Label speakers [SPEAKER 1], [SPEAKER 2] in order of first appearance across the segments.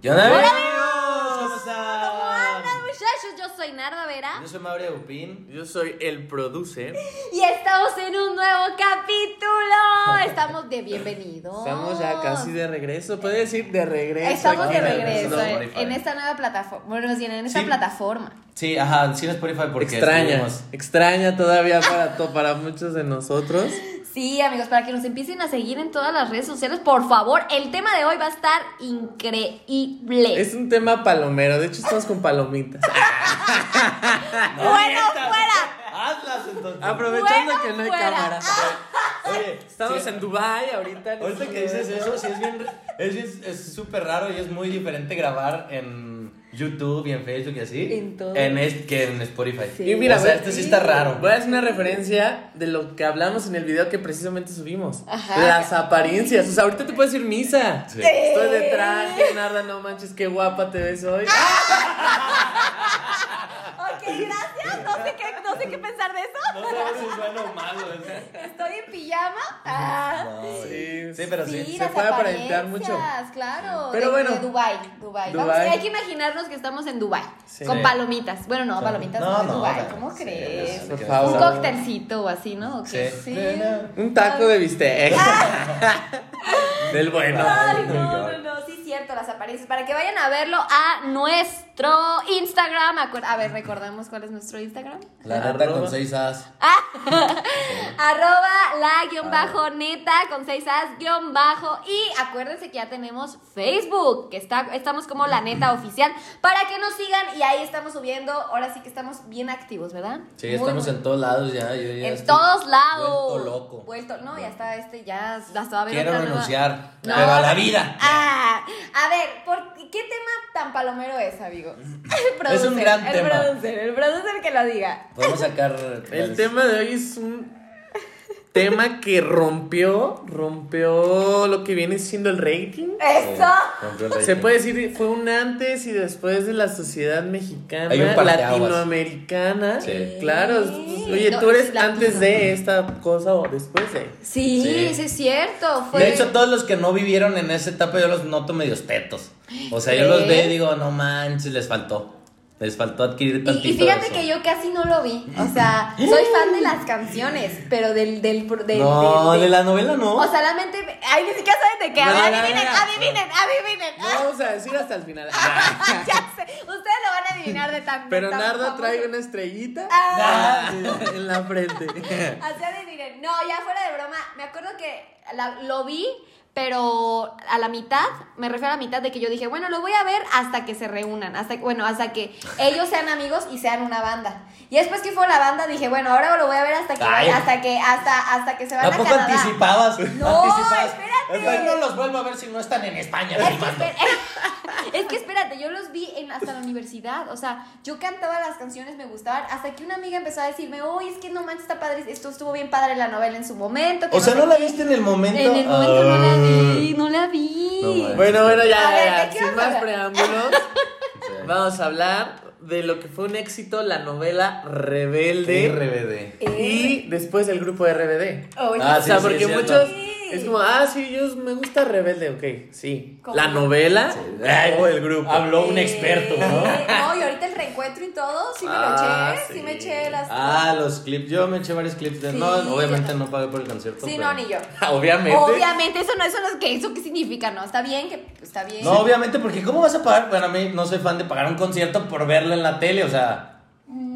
[SPEAKER 1] ¿Qué onda,
[SPEAKER 2] Hola,
[SPEAKER 1] amigos? ¿Cómo
[SPEAKER 2] ¿Cómo andan,
[SPEAKER 1] están?
[SPEAKER 2] muchachos? Yo soy Narda Vera
[SPEAKER 1] Yo soy Mauro Upin.
[SPEAKER 3] Yo soy el producer.
[SPEAKER 2] y estamos en un nuevo capítulo. Estamos de bienvenidos.
[SPEAKER 3] Estamos ya casi de regreso. Puede decir de regreso.
[SPEAKER 2] Estamos
[SPEAKER 3] aquí
[SPEAKER 2] de
[SPEAKER 3] en el
[SPEAKER 2] regreso
[SPEAKER 1] en
[SPEAKER 2] en,
[SPEAKER 1] Spotify.
[SPEAKER 2] en esta nueva plataforma. Bueno, más bien en esta
[SPEAKER 1] Sí.
[SPEAKER 2] plataforma.
[SPEAKER 1] Sí, ajá, sí en Spotify porque
[SPEAKER 3] extraña,
[SPEAKER 1] estuvimos-
[SPEAKER 3] extraña todavía para, to- para muchos de nosotros.
[SPEAKER 2] Sí, amigos, para que nos empiecen a seguir en todas las redes sociales, por favor, el tema de hoy va a estar increíble.
[SPEAKER 3] Es un tema palomero, de hecho estamos con palomitas.
[SPEAKER 1] No,
[SPEAKER 2] Ah, ¡Bueno,
[SPEAKER 1] neta,
[SPEAKER 2] fuera!
[SPEAKER 1] Hazlas entonces.
[SPEAKER 3] Ah, Aprovechando
[SPEAKER 2] Bueno,
[SPEAKER 3] que no hay
[SPEAKER 2] fuera. Ah.
[SPEAKER 3] cámara.
[SPEAKER 1] Oye,
[SPEAKER 3] Estamos
[SPEAKER 1] sí,
[SPEAKER 3] en Dubai ahorita.
[SPEAKER 1] Ahorita que dices eso, sí es bien. Es bien- es súper raro y es muy diferente grabar en YouTube y en Facebook y así.
[SPEAKER 2] En todo.
[SPEAKER 1] es- que en Spotify.
[SPEAKER 2] Sí.
[SPEAKER 3] Y mira,
[SPEAKER 1] o sea,
[SPEAKER 3] voy-
[SPEAKER 1] esto sí está raro.
[SPEAKER 3] Voy a hacer una referencia de lo que hablamos en el video que precisamente subimos.
[SPEAKER 2] Ajá.
[SPEAKER 3] Las apariencias. O sea, ahorita te puedes ir misa.
[SPEAKER 1] Sí.
[SPEAKER 3] Estoy de traje, Narda, no manches, qué guapa te ves hoy.
[SPEAKER 2] ¡Ah! Ok, gracias. No sé qué, no sé qué pensar de eso.
[SPEAKER 1] No sabemos si es bueno o malo. es-
[SPEAKER 2] Estoy en pijama. Ah.
[SPEAKER 1] Sí,
[SPEAKER 3] Sí.
[SPEAKER 1] sí, pero sí.
[SPEAKER 2] Sí,
[SPEAKER 3] se
[SPEAKER 2] las
[SPEAKER 3] puede aparentar
[SPEAKER 2] apariencias, Claro,
[SPEAKER 3] Pero
[SPEAKER 2] de,
[SPEAKER 3] bueno.
[SPEAKER 2] de Dubai, Dubai. Vamos,
[SPEAKER 3] Dubái.
[SPEAKER 2] hay que imaginarnos que estamos en Dubai
[SPEAKER 3] Sí.
[SPEAKER 2] con palomitas. Bueno, no,
[SPEAKER 1] Claro.
[SPEAKER 2] palomitas
[SPEAKER 1] No,
[SPEAKER 2] no, en
[SPEAKER 1] no,
[SPEAKER 2] Dubai.
[SPEAKER 1] claro.
[SPEAKER 2] ¿Cómo
[SPEAKER 1] Sí,
[SPEAKER 2] crees?
[SPEAKER 1] sí,
[SPEAKER 3] Por
[SPEAKER 1] sí.
[SPEAKER 3] favor.
[SPEAKER 2] Un cóctelcito o así, ¿no? ¿O qué?
[SPEAKER 1] Sí.
[SPEAKER 2] Sí.
[SPEAKER 3] Un taco de bistec.
[SPEAKER 2] Ah.
[SPEAKER 3] Del bueno.
[SPEAKER 2] Ay, no, no, no, sí cierto, las apariencias. Para que vayan a verlo a nuestro Instagram. Acuer- A ver, recordamos cuál es nuestro Instagram.
[SPEAKER 1] La neta con
[SPEAKER 3] Arroba.
[SPEAKER 1] seis as.
[SPEAKER 2] Arroba la
[SPEAKER 1] Ah.
[SPEAKER 2] guión bajo neta con seis as guión bajo. Y acuérdense que ya tenemos Facebook, que está, estamos como la neta oficial, para que nos sigan y ahí estamos subiendo. Ahora sí que estamos bien activos, ¿verdad?
[SPEAKER 1] Sí,
[SPEAKER 2] Muy,
[SPEAKER 1] estamos
[SPEAKER 2] muy-
[SPEAKER 1] en todos lados ya. yo ya
[SPEAKER 2] en
[SPEAKER 1] estoy
[SPEAKER 2] todos lados.
[SPEAKER 1] Vuelto loco.
[SPEAKER 2] Vuelto- no, ya está, este ya hasta va a haber
[SPEAKER 1] Quiero
[SPEAKER 2] otra nueva-
[SPEAKER 1] renunciar,
[SPEAKER 2] No.
[SPEAKER 1] pero a la vida.
[SPEAKER 2] Ah, a ver, ¿por qué, qué tema tan palomero es, amigos? El
[SPEAKER 1] Es un gran
[SPEAKER 2] el
[SPEAKER 1] tema.
[SPEAKER 2] producer, el producer que lo diga.
[SPEAKER 1] Podemos sacar.
[SPEAKER 3] El tema de hoy es un tema que rompió, rompió lo que viene siendo el rating.
[SPEAKER 2] Eso.
[SPEAKER 3] Se puede decir, fue un antes y después de la sociedad mexicana,
[SPEAKER 1] Hay un parteaguas.
[SPEAKER 3] latinoamericana.
[SPEAKER 1] Sí.
[SPEAKER 3] Claro,
[SPEAKER 2] Sí.
[SPEAKER 3] oye,
[SPEAKER 2] No,
[SPEAKER 3] tú eres
[SPEAKER 2] es latino.
[SPEAKER 3] antes de esta cosa o después de.
[SPEAKER 2] Sí,
[SPEAKER 1] Sí.
[SPEAKER 2] sí, es cierto. Fue...
[SPEAKER 1] De hecho, todos los que no vivieron en esa etapa, yo los noto medios tetos. O sea, yo los
[SPEAKER 2] ¿Qué?
[SPEAKER 1] veo y digo, no manches, les faltó. Les faltó adquirir
[SPEAKER 2] Y,
[SPEAKER 1] tantito.
[SPEAKER 2] y fíjate
[SPEAKER 1] de eso.
[SPEAKER 2] que yo casi no lo vi. O sea, soy fan de las canciones, pero del. del, pro- del-
[SPEAKER 1] No,
[SPEAKER 2] del-
[SPEAKER 1] de
[SPEAKER 2] del-
[SPEAKER 1] la novela no.
[SPEAKER 2] O sea, solamente. Ay, ni siquiera saben de qué. A ver,
[SPEAKER 3] No, no,
[SPEAKER 2] adivinen,
[SPEAKER 3] no, no.
[SPEAKER 2] adivinen, adivinen.
[SPEAKER 3] No vamos a decir hasta el final.
[SPEAKER 2] Ah, ya sé. Ustedes lo van a adivinar de tan.
[SPEAKER 3] Pero
[SPEAKER 2] tan
[SPEAKER 3] Narda
[SPEAKER 2] famoso.
[SPEAKER 3] trae una estrellita
[SPEAKER 2] Ah.
[SPEAKER 3] en la frente.
[SPEAKER 2] Así adivinen. No, ya fuera de broma. Me acuerdo que la- lo vi. Pero a la mitad, me refiero a la mitad de que yo dije, bueno, lo voy a ver hasta que se reúnan, hasta que- bueno, hasta que ellos sean amigos y sean una banda. Y después que fue la banda, dije, bueno, ahora lo voy a ver hasta que,
[SPEAKER 1] Ay.
[SPEAKER 2] hasta que, hasta, hasta que se van
[SPEAKER 1] ¿A
[SPEAKER 2] a
[SPEAKER 1] poco
[SPEAKER 2] Canadá.
[SPEAKER 1] anticipabas?
[SPEAKER 2] No,
[SPEAKER 1] Anticipabas.
[SPEAKER 2] espérate.
[SPEAKER 1] Es más, no los vuelvo a ver si no están en España.
[SPEAKER 2] Es que,
[SPEAKER 1] filmando.
[SPEAKER 2] espera- es que espérate, yo los vi en, hasta la universidad. O sea, yo cantaba las canciones, me gustaban. Hasta que una amiga empezó a decirme, uy, es que no manches, está padre. Esto estuvo bien padre la novela en su momento. que
[SPEAKER 1] O sea,
[SPEAKER 2] sé
[SPEAKER 1] ¿no la
[SPEAKER 2] qué".
[SPEAKER 1] viste en el momento?
[SPEAKER 2] En el momento no la vi,
[SPEAKER 1] Ah.
[SPEAKER 2] no la vi.
[SPEAKER 1] No, bueno.
[SPEAKER 3] Bueno, bueno, ya,
[SPEAKER 2] A
[SPEAKER 3] ya,
[SPEAKER 2] ver,
[SPEAKER 3] ya.
[SPEAKER 2] ¿de qué
[SPEAKER 3] sin
[SPEAKER 2] vamos a
[SPEAKER 3] más
[SPEAKER 2] hablar?
[SPEAKER 3] preámbulos,
[SPEAKER 1] Sí.
[SPEAKER 3] vamos a hablar de lo que fue un éxito, la novela Rebelde.
[SPEAKER 1] RBD.
[SPEAKER 2] Eh,
[SPEAKER 3] Y después el grupo de RBD.
[SPEAKER 2] Oye,
[SPEAKER 1] Ah,
[SPEAKER 3] o sea,
[SPEAKER 1] sí,
[SPEAKER 3] porque
[SPEAKER 1] es cierto.
[SPEAKER 3] muchos
[SPEAKER 2] Sí.
[SPEAKER 3] es como, ah, sí, ellos me gusta Rebelde, ok, sí.
[SPEAKER 2] ¿Cómo?
[SPEAKER 3] La novela
[SPEAKER 1] Ay, o el grupo. Habló un
[SPEAKER 2] eh,
[SPEAKER 1] experto,
[SPEAKER 2] eh,
[SPEAKER 1] ¿no?
[SPEAKER 2] No, y ahorita el reencuentro y todo, sí me lo
[SPEAKER 3] Ah,
[SPEAKER 2] eché, sí.
[SPEAKER 3] sí.
[SPEAKER 2] me eché las.
[SPEAKER 1] Ah, los clips. Yo me eché varios clips de.
[SPEAKER 2] Sí,
[SPEAKER 1] no, obviamente
[SPEAKER 2] yo
[SPEAKER 1] no pagué por el concierto.
[SPEAKER 2] sí,
[SPEAKER 1] pero-
[SPEAKER 2] no, ni yo.
[SPEAKER 3] obviamente.
[SPEAKER 2] Obviamente, eso no, eso no es que, eso qué significa, no, está bien, que pues, está bien.
[SPEAKER 1] No, obviamente, porque ¿cómo vas a pagar? Bueno, a mí no soy fan de pagar un concierto por verlo en la tele, o sea.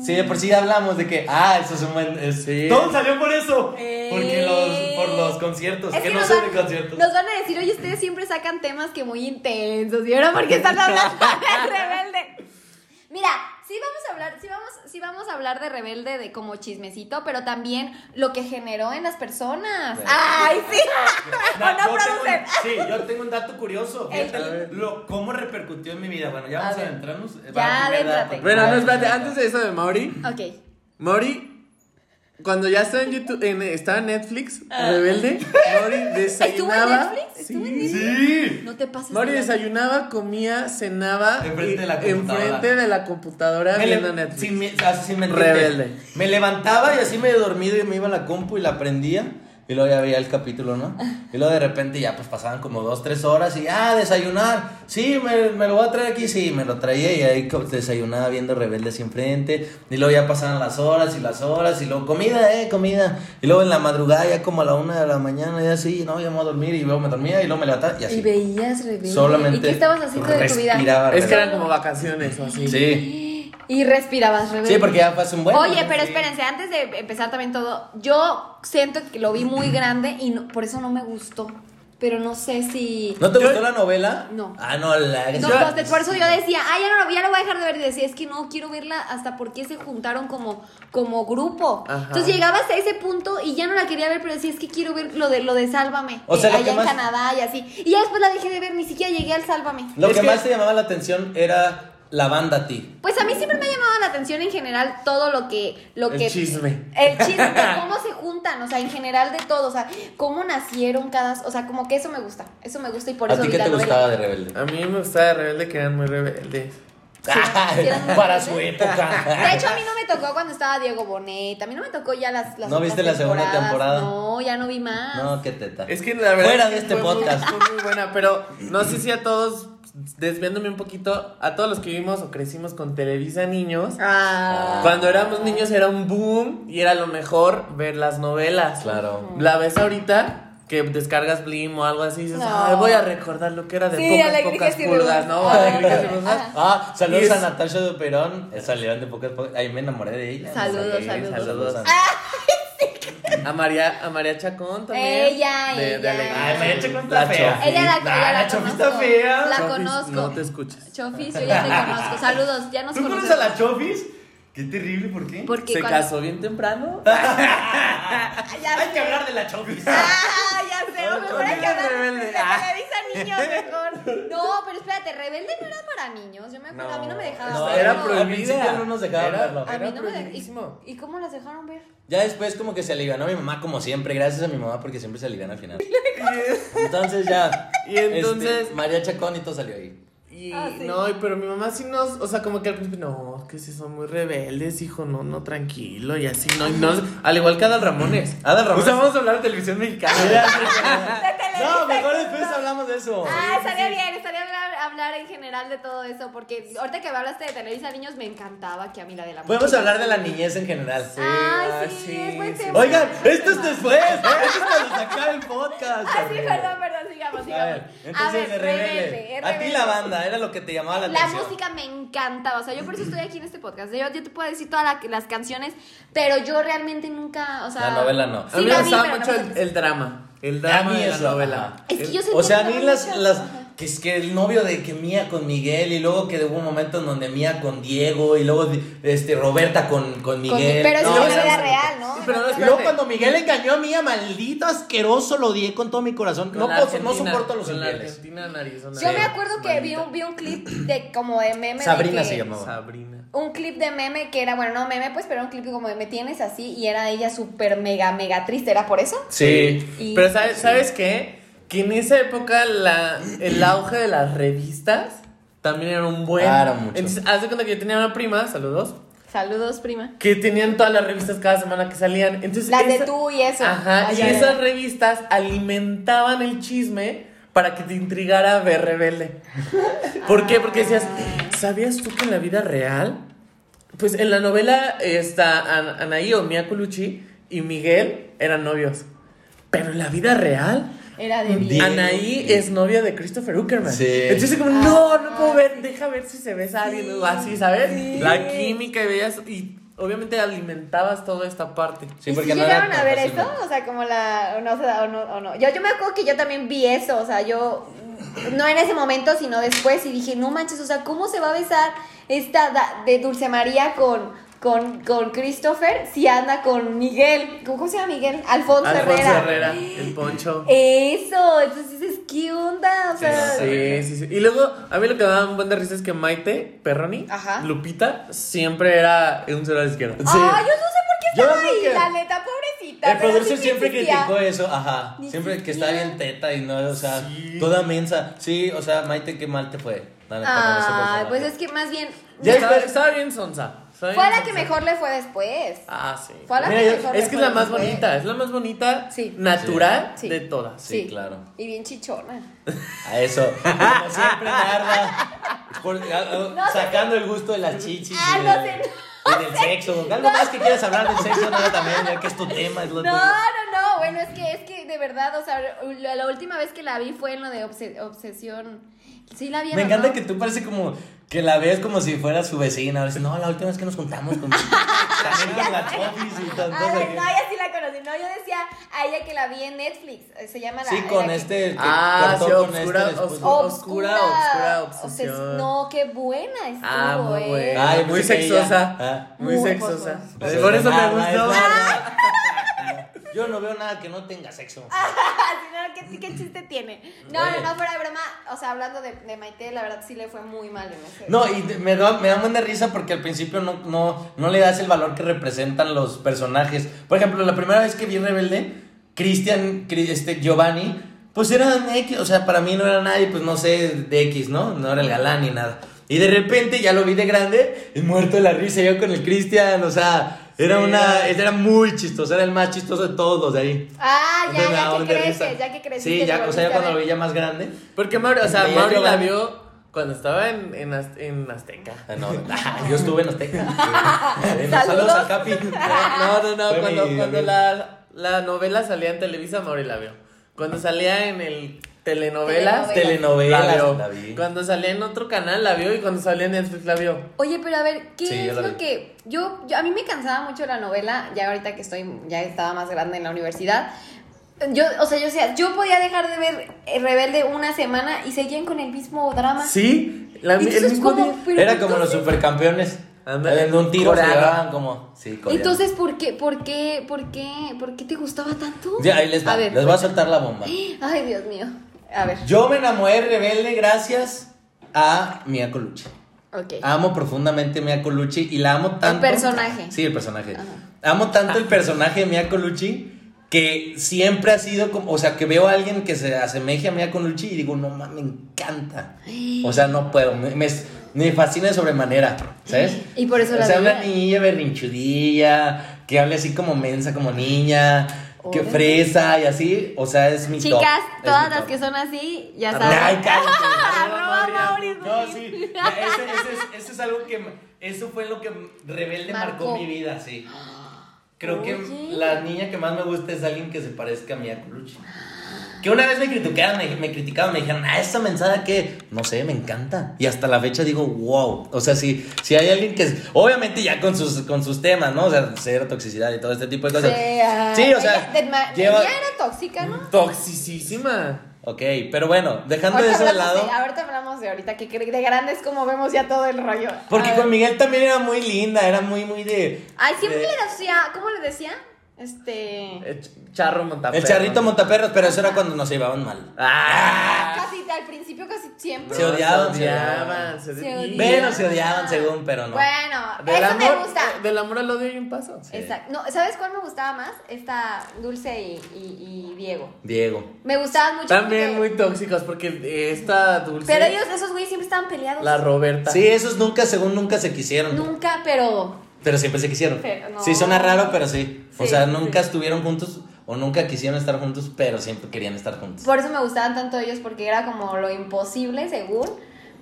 [SPEAKER 1] Sí, de por sí ya hablamos de que, ah, eso es un buen. es-
[SPEAKER 3] Sí.
[SPEAKER 1] Todo salió por eso.
[SPEAKER 2] Eh.
[SPEAKER 1] Porque los, por los conciertos,
[SPEAKER 2] Es
[SPEAKER 1] que,
[SPEAKER 2] que
[SPEAKER 1] no
[SPEAKER 2] nos
[SPEAKER 1] son
[SPEAKER 2] van-
[SPEAKER 1] de conciertos.
[SPEAKER 2] Nos van a decir, oye, ustedes siempre sacan temas que muy intensos, ¿y ahora por qué están hablando de Rebelde? Mira, sí vamos a hablar, sí vamos, sí vamos a hablar de Rebelde de como chismecito, pero también lo que generó en las personas.
[SPEAKER 1] Sí.
[SPEAKER 2] ¡Ay, sí!
[SPEAKER 1] Na-
[SPEAKER 2] ¿O no,
[SPEAKER 1] yo tengo
[SPEAKER 2] producer?
[SPEAKER 1] un- sí, yo tengo un dato curioso.
[SPEAKER 2] El-
[SPEAKER 1] Fíjate lo, cómo repercutió en mi vida. Bueno, ya
[SPEAKER 2] A
[SPEAKER 1] vamos a
[SPEAKER 2] ver.
[SPEAKER 1] adentrarnos. eh, va,
[SPEAKER 2] Ya
[SPEAKER 1] primer
[SPEAKER 2] adéntrate.
[SPEAKER 1] dato.
[SPEAKER 3] Bueno, no, espérate, antes de eso de Mauri,
[SPEAKER 2] Ok.
[SPEAKER 3] Mauri cuando ya estaba en YouTube, en- estaba en Netflix, Rebelde, Mauri
[SPEAKER 2] Ah. ¿Estuvo en
[SPEAKER 3] desayunaba.
[SPEAKER 2] Netflix? ¿Estuvo en
[SPEAKER 3] Sí.
[SPEAKER 2] Netflix?
[SPEAKER 1] Sí.
[SPEAKER 2] No te pases.
[SPEAKER 3] Mari
[SPEAKER 2] de lanza.
[SPEAKER 3] desayunaba, comía, cenaba
[SPEAKER 1] Enfrente
[SPEAKER 3] y-
[SPEAKER 1] de la computadora.
[SPEAKER 3] enfrente de la computadora
[SPEAKER 1] Me le-
[SPEAKER 3] viendo Netflix.
[SPEAKER 1] sin mi- así sin mentirte.
[SPEAKER 3] Rebelde.
[SPEAKER 1] Me levantaba y así medio dormido y me iba a la compu y la prendía. Y luego ya veía el capítulo, ¿no? Y luego de repente ya pues pasaban como dos, tres horas y ah, desayunar. Sí, me, me lo voy a traer aquí. Sí, me lo traía y ahí co- desayunaba viendo Rebeldes enfrente. Y luego ya pasaban las horas y las horas y luego comida, eh, comida. Y luego en la madrugada ya como a la una de la mañana ya así, no, ya me voy a dormir y luego me dormía y luego me levantaba y así.
[SPEAKER 2] Y veías rebelde.
[SPEAKER 1] Solamente
[SPEAKER 2] ¿Y qué estabas haciendo de tu vida?
[SPEAKER 1] respiraba
[SPEAKER 3] Es que eran
[SPEAKER 1] Rebelde.
[SPEAKER 3] como vacaciones o así.
[SPEAKER 1] Sí,
[SPEAKER 2] Y respirabas rebelde.
[SPEAKER 1] sí, porque ya pasó un buen
[SPEAKER 2] Oye, pero
[SPEAKER 1] sí.
[SPEAKER 2] espérense, antes de empezar también todo, yo siento que lo vi muy grande y no- por eso no me gustó. Pero no sé si.
[SPEAKER 1] ¿No te
[SPEAKER 3] Yo-
[SPEAKER 1] gustó la novela?
[SPEAKER 2] No.
[SPEAKER 1] Ah, no, la...
[SPEAKER 2] No, entonces, por eso yo decía, ah, ya no lo, ya lo voy a dejar de ver. Y decía, es que no quiero verla hasta porque se juntaron como, como grupo.
[SPEAKER 3] Ajá.
[SPEAKER 2] Entonces llegabas a ese punto y ya no la quería ver, pero decía, es que quiero ver lo de, lo de Sálvame.
[SPEAKER 1] O
[SPEAKER 2] eh,
[SPEAKER 1] sea, lo que
[SPEAKER 2] allá en
[SPEAKER 1] más-
[SPEAKER 2] Canadá y así. Y ya después la dejé de ver, ni siquiera llegué al Sálvame.
[SPEAKER 1] Lo
[SPEAKER 3] Es
[SPEAKER 1] que
[SPEAKER 3] que-
[SPEAKER 1] más te llamaba la atención era la banda T.
[SPEAKER 2] Pues a mí siempre me ha llamado la atención en general todo lo que... Lo
[SPEAKER 3] El
[SPEAKER 2] que
[SPEAKER 3] chisme.
[SPEAKER 2] El chisme, cómo se juntan, o sea, en general de todo, o sea, cómo nacieron cada... O sea, como que eso me gusta, eso me gusta y por
[SPEAKER 1] ¿A
[SPEAKER 2] eso
[SPEAKER 1] ti
[SPEAKER 2] vi
[SPEAKER 1] qué
[SPEAKER 2] la
[SPEAKER 1] te
[SPEAKER 2] novela.
[SPEAKER 1] gustaba de Rebelde?
[SPEAKER 3] A mí me gustaba de rebelde que eran muy rebeldes.
[SPEAKER 1] Ah.
[SPEAKER 2] sí eran muy
[SPEAKER 1] para
[SPEAKER 2] rebeldes.
[SPEAKER 1] su época.
[SPEAKER 2] De hecho, a mí no me tocó cuando estaba Diego Bonet, a mí no me tocó ya las... las
[SPEAKER 1] ¿No
[SPEAKER 2] otras
[SPEAKER 1] viste la segunda
[SPEAKER 2] temporadas.
[SPEAKER 1] temporada?
[SPEAKER 2] No, ya no vi más.
[SPEAKER 1] No, qué teta.
[SPEAKER 3] Es que la verdad.
[SPEAKER 1] Fuera de
[SPEAKER 3] es que
[SPEAKER 1] este
[SPEAKER 3] fue muy-
[SPEAKER 1] podcast.
[SPEAKER 3] fue muy buena, pero no sé si a todos, desviándome un poquito, a todos los que vivimos o crecimos con Televisa Niños.
[SPEAKER 2] Ah.
[SPEAKER 3] Cuando éramos niños era un boom y era lo mejor ver las novelas.
[SPEAKER 1] Claro.
[SPEAKER 3] La ves ahorita que descargas Blim o algo así y dices,
[SPEAKER 2] No.
[SPEAKER 3] "Ay, voy a recordar lo que era de
[SPEAKER 2] Sí,
[SPEAKER 3] pocas,
[SPEAKER 2] alegrías
[SPEAKER 3] pocas
[SPEAKER 2] y
[SPEAKER 3] pulgas,
[SPEAKER 2] demás.
[SPEAKER 3] ¿no?
[SPEAKER 2] Ah.
[SPEAKER 3] Alegrías y demás.
[SPEAKER 2] Ajá.
[SPEAKER 1] Ah, saludos
[SPEAKER 3] Y es-
[SPEAKER 1] a Natasha de Perón. Eh, Salieron de pocas pocas. Ahí me enamoré de ella.
[SPEAKER 2] Saludos,
[SPEAKER 1] Ok,
[SPEAKER 2] saludos. Ah.
[SPEAKER 1] a-
[SPEAKER 3] A María, a María Chacón también.
[SPEAKER 2] Ella,
[SPEAKER 3] de,
[SPEAKER 2] ella.
[SPEAKER 1] Ay, Ah, me he hecho con
[SPEAKER 3] La
[SPEAKER 1] esta fea.
[SPEAKER 3] Chofi.
[SPEAKER 2] Ella la,
[SPEAKER 1] Nah,
[SPEAKER 2] ella la,
[SPEAKER 1] Ah, la Chofi
[SPEAKER 2] conozco.
[SPEAKER 1] está fea.
[SPEAKER 2] La
[SPEAKER 3] Chofis,
[SPEAKER 2] conozco.
[SPEAKER 3] No te escuches.
[SPEAKER 2] Chofis, yo ya te conozco. Saludos, ya nos
[SPEAKER 1] ¿Tú conoces a
[SPEAKER 2] conocemos.
[SPEAKER 1] la Chofis? Qué terrible, ¿por qué?
[SPEAKER 2] Porque
[SPEAKER 3] Se
[SPEAKER 2] cuando-
[SPEAKER 3] casó bien temprano.
[SPEAKER 2] Ay, ya
[SPEAKER 1] Hay
[SPEAKER 2] sé.
[SPEAKER 1] que hablar de la Chofis.
[SPEAKER 2] Ah, ya sé,
[SPEAKER 3] No,
[SPEAKER 2] mejor hay que
[SPEAKER 3] Rebelde,
[SPEAKER 2] hablar
[SPEAKER 3] Rebelde.
[SPEAKER 2] de
[SPEAKER 3] Ah.
[SPEAKER 2] Televisa Niños mejor. No, pero espérate, Rebelde no era para niños. Yo me acuerdo, a mí no me dejaban
[SPEAKER 1] no,
[SPEAKER 2] verlo.
[SPEAKER 1] era
[SPEAKER 3] prohibido.
[SPEAKER 1] Al principio no nos dejaban verlo.
[SPEAKER 2] A mí no me de-
[SPEAKER 3] prohibidísimo.
[SPEAKER 2] ¿Y, ¿Y cómo las dejaron ver?
[SPEAKER 1] Ya después como que se alivianó mi mamá, como siempre, gracias a mi mamá porque siempre se alivian al final. Entonces ya.
[SPEAKER 3] Y entonces-
[SPEAKER 1] este, María Chacón y todo salió ahí.
[SPEAKER 3] Y
[SPEAKER 2] Ah, sí.
[SPEAKER 3] no, y- pero mi mamá sí nos, o sea, como que al principio, no, que si son muy rebeldes, hijo, no, no, tranquilo, y así, no, y no, al igual que Adal Ramones.
[SPEAKER 1] Adal Ramones.
[SPEAKER 3] O sea, vamos a hablar de televisión mexicana.
[SPEAKER 1] Ah. no, mejor después hablamos de eso.
[SPEAKER 2] Ah, estaría bien, estaría bien hablar, hablar en general de todo eso, porque ahorita que me hablaste de Televisa Niños me encantaba que a mí la de la
[SPEAKER 1] Podemos hablar de la niñez en general.
[SPEAKER 2] Ay, sí,
[SPEAKER 3] Sí,
[SPEAKER 2] es buen
[SPEAKER 3] sí.
[SPEAKER 2] tema.
[SPEAKER 1] Oigan,
[SPEAKER 2] buen
[SPEAKER 1] esto es
[SPEAKER 2] tema.
[SPEAKER 1] después. ¿eh? Esto es cuando se acaba el podcast.
[SPEAKER 2] Ah, sí,
[SPEAKER 1] amigo.
[SPEAKER 2] perdón, perdón, sigamos,
[SPEAKER 1] A
[SPEAKER 2] sigamos.
[SPEAKER 1] ver, entonces de rebelde.
[SPEAKER 2] es
[SPEAKER 1] A ti la banda, era lo que te llamaba la
[SPEAKER 2] La
[SPEAKER 1] atención.
[SPEAKER 2] música me encantaba, o sea, yo por eso estoy aquí en este podcast. Yo, yo te puedo decir todas la- las canciones, pero yo realmente nunca, o sea...
[SPEAKER 1] La novela no.
[SPEAKER 2] Sí,
[SPEAKER 3] a mí me
[SPEAKER 2] la vi,
[SPEAKER 3] gustaba
[SPEAKER 2] pero no
[SPEAKER 3] mucho
[SPEAKER 2] me
[SPEAKER 3] el,
[SPEAKER 2] gustó.
[SPEAKER 3] el drama, el
[SPEAKER 1] A
[SPEAKER 3] drama
[SPEAKER 1] mí
[SPEAKER 3] de la
[SPEAKER 1] eso,
[SPEAKER 3] novela.
[SPEAKER 2] Es que yo
[SPEAKER 3] El-
[SPEAKER 2] sentía
[SPEAKER 1] O sea, a
[SPEAKER 2] que
[SPEAKER 1] mí
[SPEAKER 2] la
[SPEAKER 1] las,
[SPEAKER 2] muchacha-
[SPEAKER 1] las
[SPEAKER 2] Ajá.
[SPEAKER 1] que es que el novio de que Mía con Miguel y luego que hubo un momento en donde Mía con Diego y luego este Roberta con, con
[SPEAKER 2] Con-
[SPEAKER 1] Miguel.
[SPEAKER 2] pero eso
[SPEAKER 1] No,
[SPEAKER 2] es una
[SPEAKER 1] era-
[SPEAKER 2] vida real, ¿no?
[SPEAKER 3] Pero no,
[SPEAKER 1] Y
[SPEAKER 3] espérate,
[SPEAKER 1] luego cuando Miguel engañó a Mía, maldito asqueroso, lo odié con todo mi corazón.
[SPEAKER 3] con
[SPEAKER 1] No,
[SPEAKER 3] la
[SPEAKER 1] puedo- no
[SPEAKER 3] Argentina,
[SPEAKER 1] soporto a los
[SPEAKER 3] con la
[SPEAKER 1] infieles.
[SPEAKER 3] Argentina en Arizona.
[SPEAKER 2] Yo
[SPEAKER 1] Sí,
[SPEAKER 2] me acuerdo que vi un,
[SPEAKER 3] Maldita.
[SPEAKER 2] vi un clip de como de meme. de
[SPEAKER 1] Sabrina
[SPEAKER 2] que-
[SPEAKER 1] se llamaba.
[SPEAKER 3] Sabrina.
[SPEAKER 2] Un clip de meme que era, bueno, no meme, pues, pero era un clip como de me tienes así y era ella súper mega, mega triste. ¿Era por eso?
[SPEAKER 1] Sí.
[SPEAKER 2] Y-
[SPEAKER 3] Pero ¿sabes, ¿sabes qué? Que en esa época la, el auge de las revistas también era un buen.
[SPEAKER 1] Claro, mucho.
[SPEAKER 3] Entonces, haz de cuenta que yo tenía una prima, saludos,
[SPEAKER 2] Saludos, prima.
[SPEAKER 3] que tenían todas las revistas cada semana que salían. Entonces,
[SPEAKER 2] Las de
[SPEAKER 3] esa-
[SPEAKER 2] tú y eso.
[SPEAKER 3] Ajá,
[SPEAKER 2] Ay,
[SPEAKER 3] y
[SPEAKER 2] ya, ya.
[SPEAKER 3] esas revistas alimentaban el chisme para que te intrigara a ver Rebelde. ¿Por qué? Porque decías, ¿sabías tú que en la vida real? Pues en la novela está An- Anaí o Mia Colucci y Miguel eran novios. Pero en la vida real,
[SPEAKER 2] Era de
[SPEAKER 1] Di-
[SPEAKER 2] bien.
[SPEAKER 3] Anaí es novia de Christopher Uckerman.
[SPEAKER 1] Sí.
[SPEAKER 3] Entonces, como,
[SPEAKER 2] Ah,
[SPEAKER 3] no, no puedo
[SPEAKER 2] sí.
[SPEAKER 3] ver, deja ver si se besa a alguien o así, ¿sabes?
[SPEAKER 2] Sí.
[SPEAKER 3] La química y veías, y obviamente alimentabas toda esta parte.
[SPEAKER 1] Sí,
[SPEAKER 2] ¿Y
[SPEAKER 1] porque
[SPEAKER 2] si
[SPEAKER 1] no era
[SPEAKER 2] llegaron a
[SPEAKER 1] tan
[SPEAKER 2] ver
[SPEAKER 1] fácil.
[SPEAKER 2] eso? O sea, como la. O no, o sea, o no, o no. Yo, yo me acuerdo que yo también vi eso. O sea, yo. No en ese momento, sino después. Y dije, no manches, o sea, ¿cómo se va a besar esta da- de Dulce María con, con, con Christopher si anda con Miguel? ¿Cómo se llama Miguel? Alfonso,
[SPEAKER 3] Alfonso
[SPEAKER 2] Herrera.
[SPEAKER 3] Herrera, el poncho.
[SPEAKER 2] Eso. Entonces dices, ¿qué onda?
[SPEAKER 1] Sí,
[SPEAKER 2] O sea.
[SPEAKER 1] no sé.
[SPEAKER 3] Sí, sí, sí. Y luego, a mí lo que me daba un buen de risa es que Maite Perroni,
[SPEAKER 2] Ajá.
[SPEAKER 3] Lupita, siempre era un cero a la izquierda.
[SPEAKER 1] Sí.
[SPEAKER 2] Ay, Ah, yo no sé por qué
[SPEAKER 1] Yo
[SPEAKER 2] estaba
[SPEAKER 1] creo
[SPEAKER 2] ahí,
[SPEAKER 1] que
[SPEAKER 2] la neta, pobrecita.
[SPEAKER 1] El
[SPEAKER 2] pero
[SPEAKER 1] productor
[SPEAKER 2] sí
[SPEAKER 1] siempre
[SPEAKER 2] existía.
[SPEAKER 1] criticó eso, ajá.
[SPEAKER 2] Ni
[SPEAKER 1] Siempre que está
[SPEAKER 2] siquiera.
[SPEAKER 1] bien teta y no, o sea,
[SPEAKER 3] Sí.
[SPEAKER 1] toda mensa. Sí, o sea, Maite, qué mal te fue. Dale, para ese
[SPEAKER 2] Ay,
[SPEAKER 1] personaje.
[SPEAKER 2] Ah, pues es que más bien.
[SPEAKER 3] Ya
[SPEAKER 1] Ya
[SPEAKER 3] estaba,
[SPEAKER 1] después-
[SPEAKER 3] estaba bien sonsa. Soy
[SPEAKER 2] Fue la que
[SPEAKER 3] insensible.
[SPEAKER 2] mejor le fue después.
[SPEAKER 3] Ah, sí.
[SPEAKER 2] Fue la
[SPEAKER 3] Mira,
[SPEAKER 2] que
[SPEAKER 3] yo-
[SPEAKER 2] mejor
[SPEAKER 3] es que es la
[SPEAKER 2] recuerdo
[SPEAKER 3] más
[SPEAKER 2] fue.
[SPEAKER 3] bonita, es la más bonita,
[SPEAKER 2] Sí.
[SPEAKER 3] natural
[SPEAKER 2] Sí.
[SPEAKER 3] Ah, de todas.
[SPEAKER 1] Sí, claro.
[SPEAKER 2] Y bien chichona.
[SPEAKER 1] A eso. Como siempre, Narda. por- a- a-
[SPEAKER 2] No sé.
[SPEAKER 1] sacando el gusto de las chichis.
[SPEAKER 2] Ah,
[SPEAKER 1] y, de-
[SPEAKER 2] no sé,
[SPEAKER 1] y del sexo. Algo más que quieras hablar del sexo, Narda, también, ya que es tu tema, es lo
[SPEAKER 2] No,
[SPEAKER 1] tuyo.
[SPEAKER 2] no, no. Bueno, es que es que de verdad, o sea, la, la última vez que la vi fue en lo de obse- obsesión. Sí la vi.
[SPEAKER 1] Me encanta que tú parece como que la ves como si fuera su vecina. A veces, no, la última vez que nos juntamos con también con la Chofis y tantos
[SPEAKER 2] Ah,
[SPEAKER 1] aquí.
[SPEAKER 2] no, ella sí la conocí. No, yo decía a ella que la vi en Netflix. Eh, Se llama la.
[SPEAKER 1] Sí,
[SPEAKER 2] la
[SPEAKER 1] con
[SPEAKER 2] que-
[SPEAKER 1] este el que
[SPEAKER 3] Ah,
[SPEAKER 1] cortó
[SPEAKER 3] sí,
[SPEAKER 1] con
[SPEAKER 3] Obscura,
[SPEAKER 1] este después.
[SPEAKER 3] Obscura.
[SPEAKER 2] Obscura,
[SPEAKER 3] Obscura, obsesión.
[SPEAKER 2] obses- No, qué buena estuvo,
[SPEAKER 3] Ah, muy
[SPEAKER 2] eh.
[SPEAKER 3] buena.
[SPEAKER 1] Ay,
[SPEAKER 3] muy
[SPEAKER 1] pensé que
[SPEAKER 3] sexosa.
[SPEAKER 1] ella- ah.
[SPEAKER 3] Muy
[SPEAKER 2] Muy
[SPEAKER 3] sexosa.
[SPEAKER 1] Pues
[SPEAKER 3] Por
[SPEAKER 1] es
[SPEAKER 3] eso me
[SPEAKER 1] Narda, es
[SPEAKER 3] gustó.
[SPEAKER 1] Narda. Yo no veo nada que no tenga sexo.
[SPEAKER 2] Si no, ¿qué, qué chiste tiene? No,
[SPEAKER 1] Güey.
[SPEAKER 2] no, no, fuera de broma. O sea, hablando de, de Maite, la verdad sí le fue muy mal en ese.
[SPEAKER 1] No, y me da, me da buena risa porque al principio no, no, no le das el valor que representan los personajes. Por ejemplo, la primera vez que vi Rebelde, Cristian, Cri- este, Giovanni, pues era un X, o sea, para mí no era nadie, pues no sé, de X, ¿no? No era el galán ni nada. Y de repente ya lo vi de grande, y muerto de la risa yo con el Cristian, o sea, era
[SPEAKER 3] Sí.
[SPEAKER 1] una, era muy chistoso, era el más chistoso de todos los de ahí.
[SPEAKER 2] Ah, ya,
[SPEAKER 1] Entonces me
[SPEAKER 2] ya
[SPEAKER 1] daba
[SPEAKER 2] que
[SPEAKER 1] buena
[SPEAKER 2] creces,
[SPEAKER 1] risa.
[SPEAKER 2] ya que creces.
[SPEAKER 1] Sí, ya, o sea, ya cuando lo vi ya más grande.
[SPEAKER 3] Porque Mauri, o sea,
[SPEAKER 1] Veía
[SPEAKER 3] Mauri la
[SPEAKER 1] Giovanni.
[SPEAKER 3] vio cuando estaba en, en, Az- en Azteca.
[SPEAKER 1] Ah, No, yo estuve en Azteca. Eh,
[SPEAKER 2] Saludos.
[SPEAKER 1] Saludos a Capi. Ah,
[SPEAKER 3] No, no, no,
[SPEAKER 1] Fue
[SPEAKER 3] cuando,
[SPEAKER 1] mi
[SPEAKER 3] cuando
[SPEAKER 1] amigo.
[SPEAKER 3] la, la novela salía en Televisa, Mauri la vio. Cuando salía en el telenovelas,
[SPEAKER 1] Telenovelas,
[SPEAKER 3] la vio.
[SPEAKER 1] la vi.
[SPEAKER 3] Cuando salía en otro canal, la vio. Y cuando salía en Netflix, la vio.
[SPEAKER 2] Oye, pero a ver, ¿qué
[SPEAKER 1] Sí, yo
[SPEAKER 2] es
[SPEAKER 1] la
[SPEAKER 2] lo
[SPEAKER 1] vi.
[SPEAKER 2] que yo, yo- a mí me cansaba mucho la novela, ya ahorita que estoy ya estaba más grande en la universidad. Yo, o sea, yo decía, yo podía dejar de ver eh, Rebelde una semana y seguían con el mismo drama.
[SPEAKER 3] Sí, la, el
[SPEAKER 2] Entonces,
[SPEAKER 3] mismo
[SPEAKER 2] ¿cómo?
[SPEAKER 3] día.
[SPEAKER 2] Pero
[SPEAKER 1] Era como los
[SPEAKER 2] entonces-
[SPEAKER 1] supercampeones.
[SPEAKER 3] Ándale.
[SPEAKER 1] De un tiro se
[SPEAKER 3] Coreano.
[SPEAKER 1] llevaban como. Sí, coreano.
[SPEAKER 2] Entonces, ¿por qué, por qué, por qué, por qué te gustaba tanto?
[SPEAKER 1] Ya, ahí les va.
[SPEAKER 2] A ver.
[SPEAKER 1] les voy a soltar la bomba.
[SPEAKER 2] Ay, Dios mío. A ver.
[SPEAKER 1] Yo me enamoré de rebelde gracias a Mia Colucci.
[SPEAKER 2] Ok.
[SPEAKER 1] Amo profundamente a Mia Colucci y la amo tanto.
[SPEAKER 2] personaje.
[SPEAKER 1] Sí, el personaje.
[SPEAKER 2] Ajá. Ah.
[SPEAKER 1] Amo tanto el personaje de Mia Colucci que siempre ha sido como. O sea, que veo a alguien que se asemeje a Mia Colucci y digo, no mames, me encanta. O sea, no puedo. Me, me, me fascina de sobremanera, ¿sabes?
[SPEAKER 2] Y por eso la
[SPEAKER 1] O sea,
[SPEAKER 2] veo.
[SPEAKER 1] una niña berrinchudilla, que hable así como mensa, como niña, que
[SPEAKER 2] Órale.
[SPEAKER 1] fresa y así. O sea, es mi top.
[SPEAKER 2] Chicas,
[SPEAKER 1] Es mi
[SPEAKER 2] todas las
[SPEAKER 1] top.
[SPEAKER 2] que son así, ya
[SPEAKER 1] Ay,
[SPEAKER 2] saben.
[SPEAKER 1] cállate.
[SPEAKER 2] Arroba Mauri
[SPEAKER 1] No,
[SPEAKER 2] Ruiz.
[SPEAKER 1] sí. ya, Ese, ese es, eso es algo que. Eso fue lo que Rebelde marcó,
[SPEAKER 2] Marcó.
[SPEAKER 1] mi vida, sí. Creo
[SPEAKER 2] Oye.
[SPEAKER 1] que la niña que más me gusta es alguien que se parezca a Mia Colucci. Que una vez me criticaron, me, me criticaron, me dijeron, ah, esa mensada que, no sé, me encanta. Y hasta la fecha digo, wow. O sea, si, si hay alguien que, obviamente ya con sus, con sus temas, ¿no? O sea, cero toxicidad y todo este tipo de cosas.
[SPEAKER 2] ah,
[SPEAKER 1] Sí, o sea,
[SPEAKER 2] ella- de ma-
[SPEAKER 1] lleva-
[SPEAKER 2] ella era tóxica, ¿no?
[SPEAKER 3] Toxicísima.
[SPEAKER 1] Ok, pero bueno, dejando
[SPEAKER 2] Ahorita
[SPEAKER 1] eso de
[SPEAKER 2] hablamos
[SPEAKER 1] lado.
[SPEAKER 2] de, ahorita hablamos de ahorita, que cre- de grandes como vemos ya todo el rollo.
[SPEAKER 1] Porque
[SPEAKER 2] A
[SPEAKER 1] con
[SPEAKER 2] ver.
[SPEAKER 1] Miguel también era muy linda, era muy, muy de.
[SPEAKER 2] Ay, siempre
[SPEAKER 1] de-
[SPEAKER 2] le decía, ¿cómo le decía? Este...
[SPEAKER 3] El ch- charro montaperro.
[SPEAKER 1] El charrito montaperros, pero eso era cuando nos llevaban mal.
[SPEAKER 3] Ah.
[SPEAKER 2] Casi, al principio casi siempre.
[SPEAKER 1] Se odiaban,
[SPEAKER 3] Se
[SPEAKER 1] se
[SPEAKER 3] odiaban. se-
[SPEAKER 2] Se odiaban.
[SPEAKER 1] Bueno, se odiaban según, pero no.
[SPEAKER 2] Bueno,
[SPEAKER 3] Del
[SPEAKER 2] eso
[SPEAKER 3] amor-
[SPEAKER 2] me gusta.
[SPEAKER 3] eh, Del amor al odio hay un paso.
[SPEAKER 1] Sí.
[SPEAKER 2] Exacto. No, ¿sabes cuál me gustaba más? Esta Dulce y, y- y Diego.
[SPEAKER 1] Diego.
[SPEAKER 2] Me gustaban mucho.
[SPEAKER 3] También
[SPEAKER 2] porque-
[SPEAKER 3] muy tóxicos porque eh, esta dulce.
[SPEAKER 2] Pero ellos, esos güeyes siempre estaban peleados.
[SPEAKER 3] La Roberta.
[SPEAKER 1] Sí, esos nunca, según nunca se quisieron.
[SPEAKER 2] Nunca, pero.
[SPEAKER 1] Pero siempre se quisieron.
[SPEAKER 2] Pero no.
[SPEAKER 1] Sí, suena raro, pero sí. O
[SPEAKER 2] Sí,
[SPEAKER 1] sea, nunca estuvieron juntos o nunca quisieron estar juntos, pero siempre querían estar juntos.
[SPEAKER 2] Por eso me gustaban tanto ellos, porque era como lo imposible, según.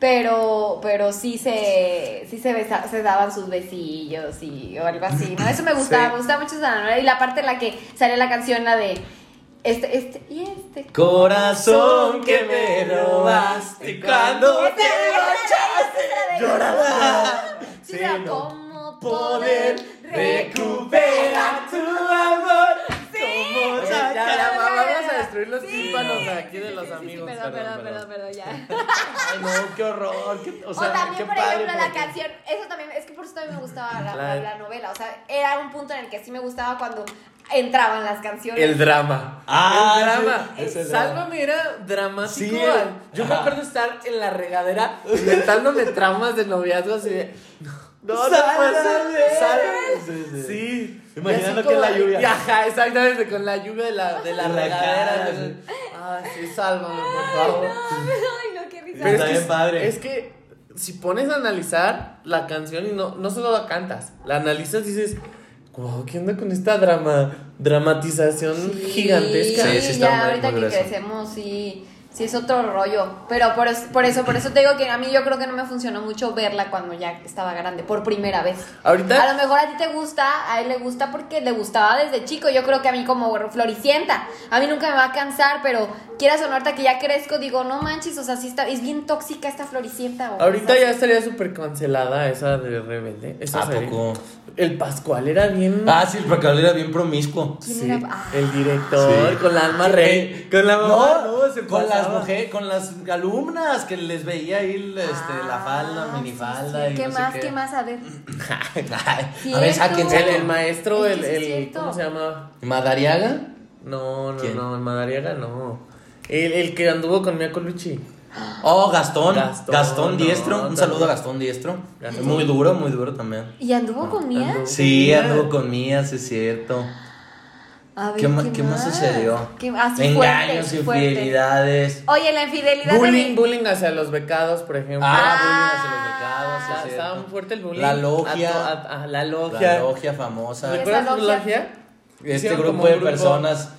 [SPEAKER 2] Pero, pero sí se, sí se, besa- se daban sus besillos y o algo así, ¿no? Eso me gustaba,
[SPEAKER 3] Sí.
[SPEAKER 2] me gustaba mucho esa novela. Y la parte en la que sale la canción, la de este, este y este.
[SPEAKER 1] Corazón que me robaste cuando
[SPEAKER 2] Esa-
[SPEAKER 1] te
[SPEAKER 2] esa- esa- esa-
[SPEAKER 1] lloraba.
[SPEAKER 2] Sí,
[SPEAKER 1] Sí,
[SPEAKER 2] era
[SPEAKER 1] no.
[SPEAKER 2] como
[SPEAKER 1] Poder
[SPEAKER 2] poder
[SPEAKER 1] recuperar tu amor. Como
[SPEAKER 3] Oye, ya,
[SPEAKER 1] sacar-
[SPEAKER 3] ya, va- vamos a destruir los
[SPEAKER 2] Sí.
[SPEAKER 3] tímpanos de aquí de
[SPEAKER 2] Sí,
[SPEAKER 3] los
[SPEAKER 2] sí, sí,
[SPEAKER 3] amigos.
[SPEAKER 2] perdón, perdón, perdón, perdón, ya.
[SPEAKER 1] Ay, no, qué horror. qué- o
[SPEAKER 2] O,
[SPEAKER 1] sea, qué
[SPEAKER 2] también, por
[SPEAKER 1] padre,
[SPEAKER 2] ejemplo, la
[SPEAKER 1] porque-
[SPEAKER 2] canción, eso también, es que por eso también me gustaba la,
[SPEAKER 3] La-
[SPEAKER 2] la- la novela, o sea, era un punto en el que sí me gustaba cuando entraban las canciones.
[SPEAKER 3] El drama.
[SPEAKER 1] Ah,
[SPEAKER 3] el drama.
[SPEAKER 1] sí, es el drama.
[SPEAKER 3] Sálvame era dramático.
[SPEAKER 1] Sí. eh.
[SPEAKER 3] al- Yo me
[SPEAKER 1] Ajá.
[SPEAKER 3] acuerdo estar en la regadera inventándome tramas de noviazgo así de. No, no
[SPEAKER 1] Sálvame.
[SPEAKER 3] puede ser, sálvame.
[SPEAKER 1] Sí, sí.
[SPEAKER 3] Sí.
[SPEAKER 1] Imaginando
[SPEAKER 3] Y así
[SPEAKER 1] que es la
[SPEAKER 3] como-
[SPEAKER 1] lluvia.
[SPEAKER 3] y ajá, exactamente, con la lluvia de la, de la
[SPEAKER 1] La
[SPEAKER 3] regadera.
[SPEAKER 1] cara.
[SPEAKER 3] de- Ah, sí, sálvame, por
[SPEAKER 2] Ay,
[SPEAKER 3] favor.
[SPEAKER 2] no, ay, no, qué risa.
[SPEAKER 1] Pero- Está bien padre.
[SPEAKER 3] Es que si pones a analizar la canción y no, no solo la cantas, la analizas y dices, wow, ¿qué onda con esta drama, dramatización gigantesca?
[SPEAKER 1] Sí,
[SPEAKER 2] Sí,
[SPEAKER 1] sí está
[SPEAKER 2] ya
[SPEAKER 1] muy-
[SPEAKER 2] ahorita
[SPEAKER 1] muy
[SPEAKER 2] que
[SPEAKER 1] grueso.
[SPEAKER 2] crecemos, sí, sí es otro rollo. Pero por, es- por eso, por eso te digo que a mí yo creo que no me funcionó mucho verla cuando ya estaba grande, por primera vez.
[SPEAKER 3] Ahorita-
[SPEAKER 2] A lo mejor a ti te gusta, a él le gusta porque le gustaba desde chico. Yo creo que a mí como floricienta, a mí nunca me va a cansar, pero quieras o no, ahorita que ya crezco, digo, no manches, o sea, sí está, es bien tóxica esta floricienta. o
[SPEAKER 3] Ahorita
[SPEAKER 2] sea,
[SPEAKER 3] ya estaría súper cancelada esa de Rebelde. Esa
[SPEAKER 1] ¿A
[SPEAKER 3] serie.
[SPEAKER 1] poco?
[SPEAKER 3] El Pascual era bien.
[SPEAKER 1] Ah, sí, el Pacal era bien promiscuo.
[SPEAKER 2] ¿quién
[SPEAKER 3] Sí, Eh,
[SPEAKER 2] era? Ah.
[SPEAKER 3] el director,
[SPEAKER 1] Sí. Eh,
[SPEAKER 3] con la alma rey. Eh, Con la mamá.
[SPEAKER 1] No, con las
[SPEAKER 3] pasaba.
[SPEAKER 1] mujeres, con las alumnas que les veía ahí el, este, la falda,
[SPEAKER 2] Ah,
[SPEAKER 1] minifalda
[SPEAKER 2] sí, sí.
[SPEAKER 1] y
[SPEAKER 2] ¿Qué
[SPEAKER 1] no sé
[SPEAKER 2] más,
[SPEAKER 1] qué.
[SPEAKER 2] qué más? A ver.
[SPEAKER 1] Ay, a ver,
[SPEAKER 2] Cierto.
[SPEAKER 1] sáquense.
[SPEAKER 3] El, el maestro,
[SPEAKER 2] Es
[SPEAKER 3] el.
[SPEAKER 2] que sí es
[SPEAKER 3] el-
[SPEAKER 2] cierto.
[SPEAKER 3] ¿Cómo se llama?
[SPEAKER 1] ¿Madariaga?
[SPEAKER 3] No, no,
[SPEAKER 1] ¿Quién?
[SPEAKER 3] no, el Madariaga no. El, el que anduvo con Mia Colucci.
[SPEAKER 1] Oh, Gastón. Gastón,
[SPEAKER 3] Gastón, no,
[SPEAKER 1] Diestro. Un
[SPEAKER 3] también.
[SPEAKER 1] saludo a Gastón Diestro.
[SPEAKER 3] Gastón.
[SPEAKER 1] Muy duro, muy duro también.
[SPEAKER 2] ¿Y anduvo con Mía?
[SPEAKER 3] anduvo.
[SPEAKER 1] Sí,
[SPEAKER 3] Mía.
[SPEAKER 1] Ah, anduvo con Mía, sí es cierto.
[SPEAKER 2] A ver,
[SPEAKER 1] ¿Qué, ma- qué más sucedió?
[SPEAKER 2] ¿Qué- así
[SPEAKER 1] Engaños,
[SPEAKER 2] fuerte, fuerte.
[SPEAKER 1] infidelidades.
[SPEAKER 2] Oye, la infidelidad de
[SPEAKER 3] Bullying,
[SPEAKER 2] mi-
[SPEAKER 3] bullying hacia los becados, por ejemplo.
[SPEAKER 1] Ah, bullying hacia los
[SPEAKER 3] Ah,
[SPEAKER 1] pecados. sí es
[SPEAKER 3] estaba
[SPEAKER 1] cierto.
[SPEAKER 3] muy fuerte el bullying.
[SPEAKER 1] La logia.
[SPEAKER 3] A to- a- a- la logia.
[SPEAKER 1] La logia famosa.
[SPEAKER 2] Y esa
[SPEAKER 3] ¿Recuerdas la
[SPEAKER 2] logia?
[SPEAKER 3] logia?
[SPEAKER 1] Este
[SPEAKER 3] Hicieron como
[SPEAKER 1] grupo
[SPEAKER 3] un
[SPEAKER 1] de personas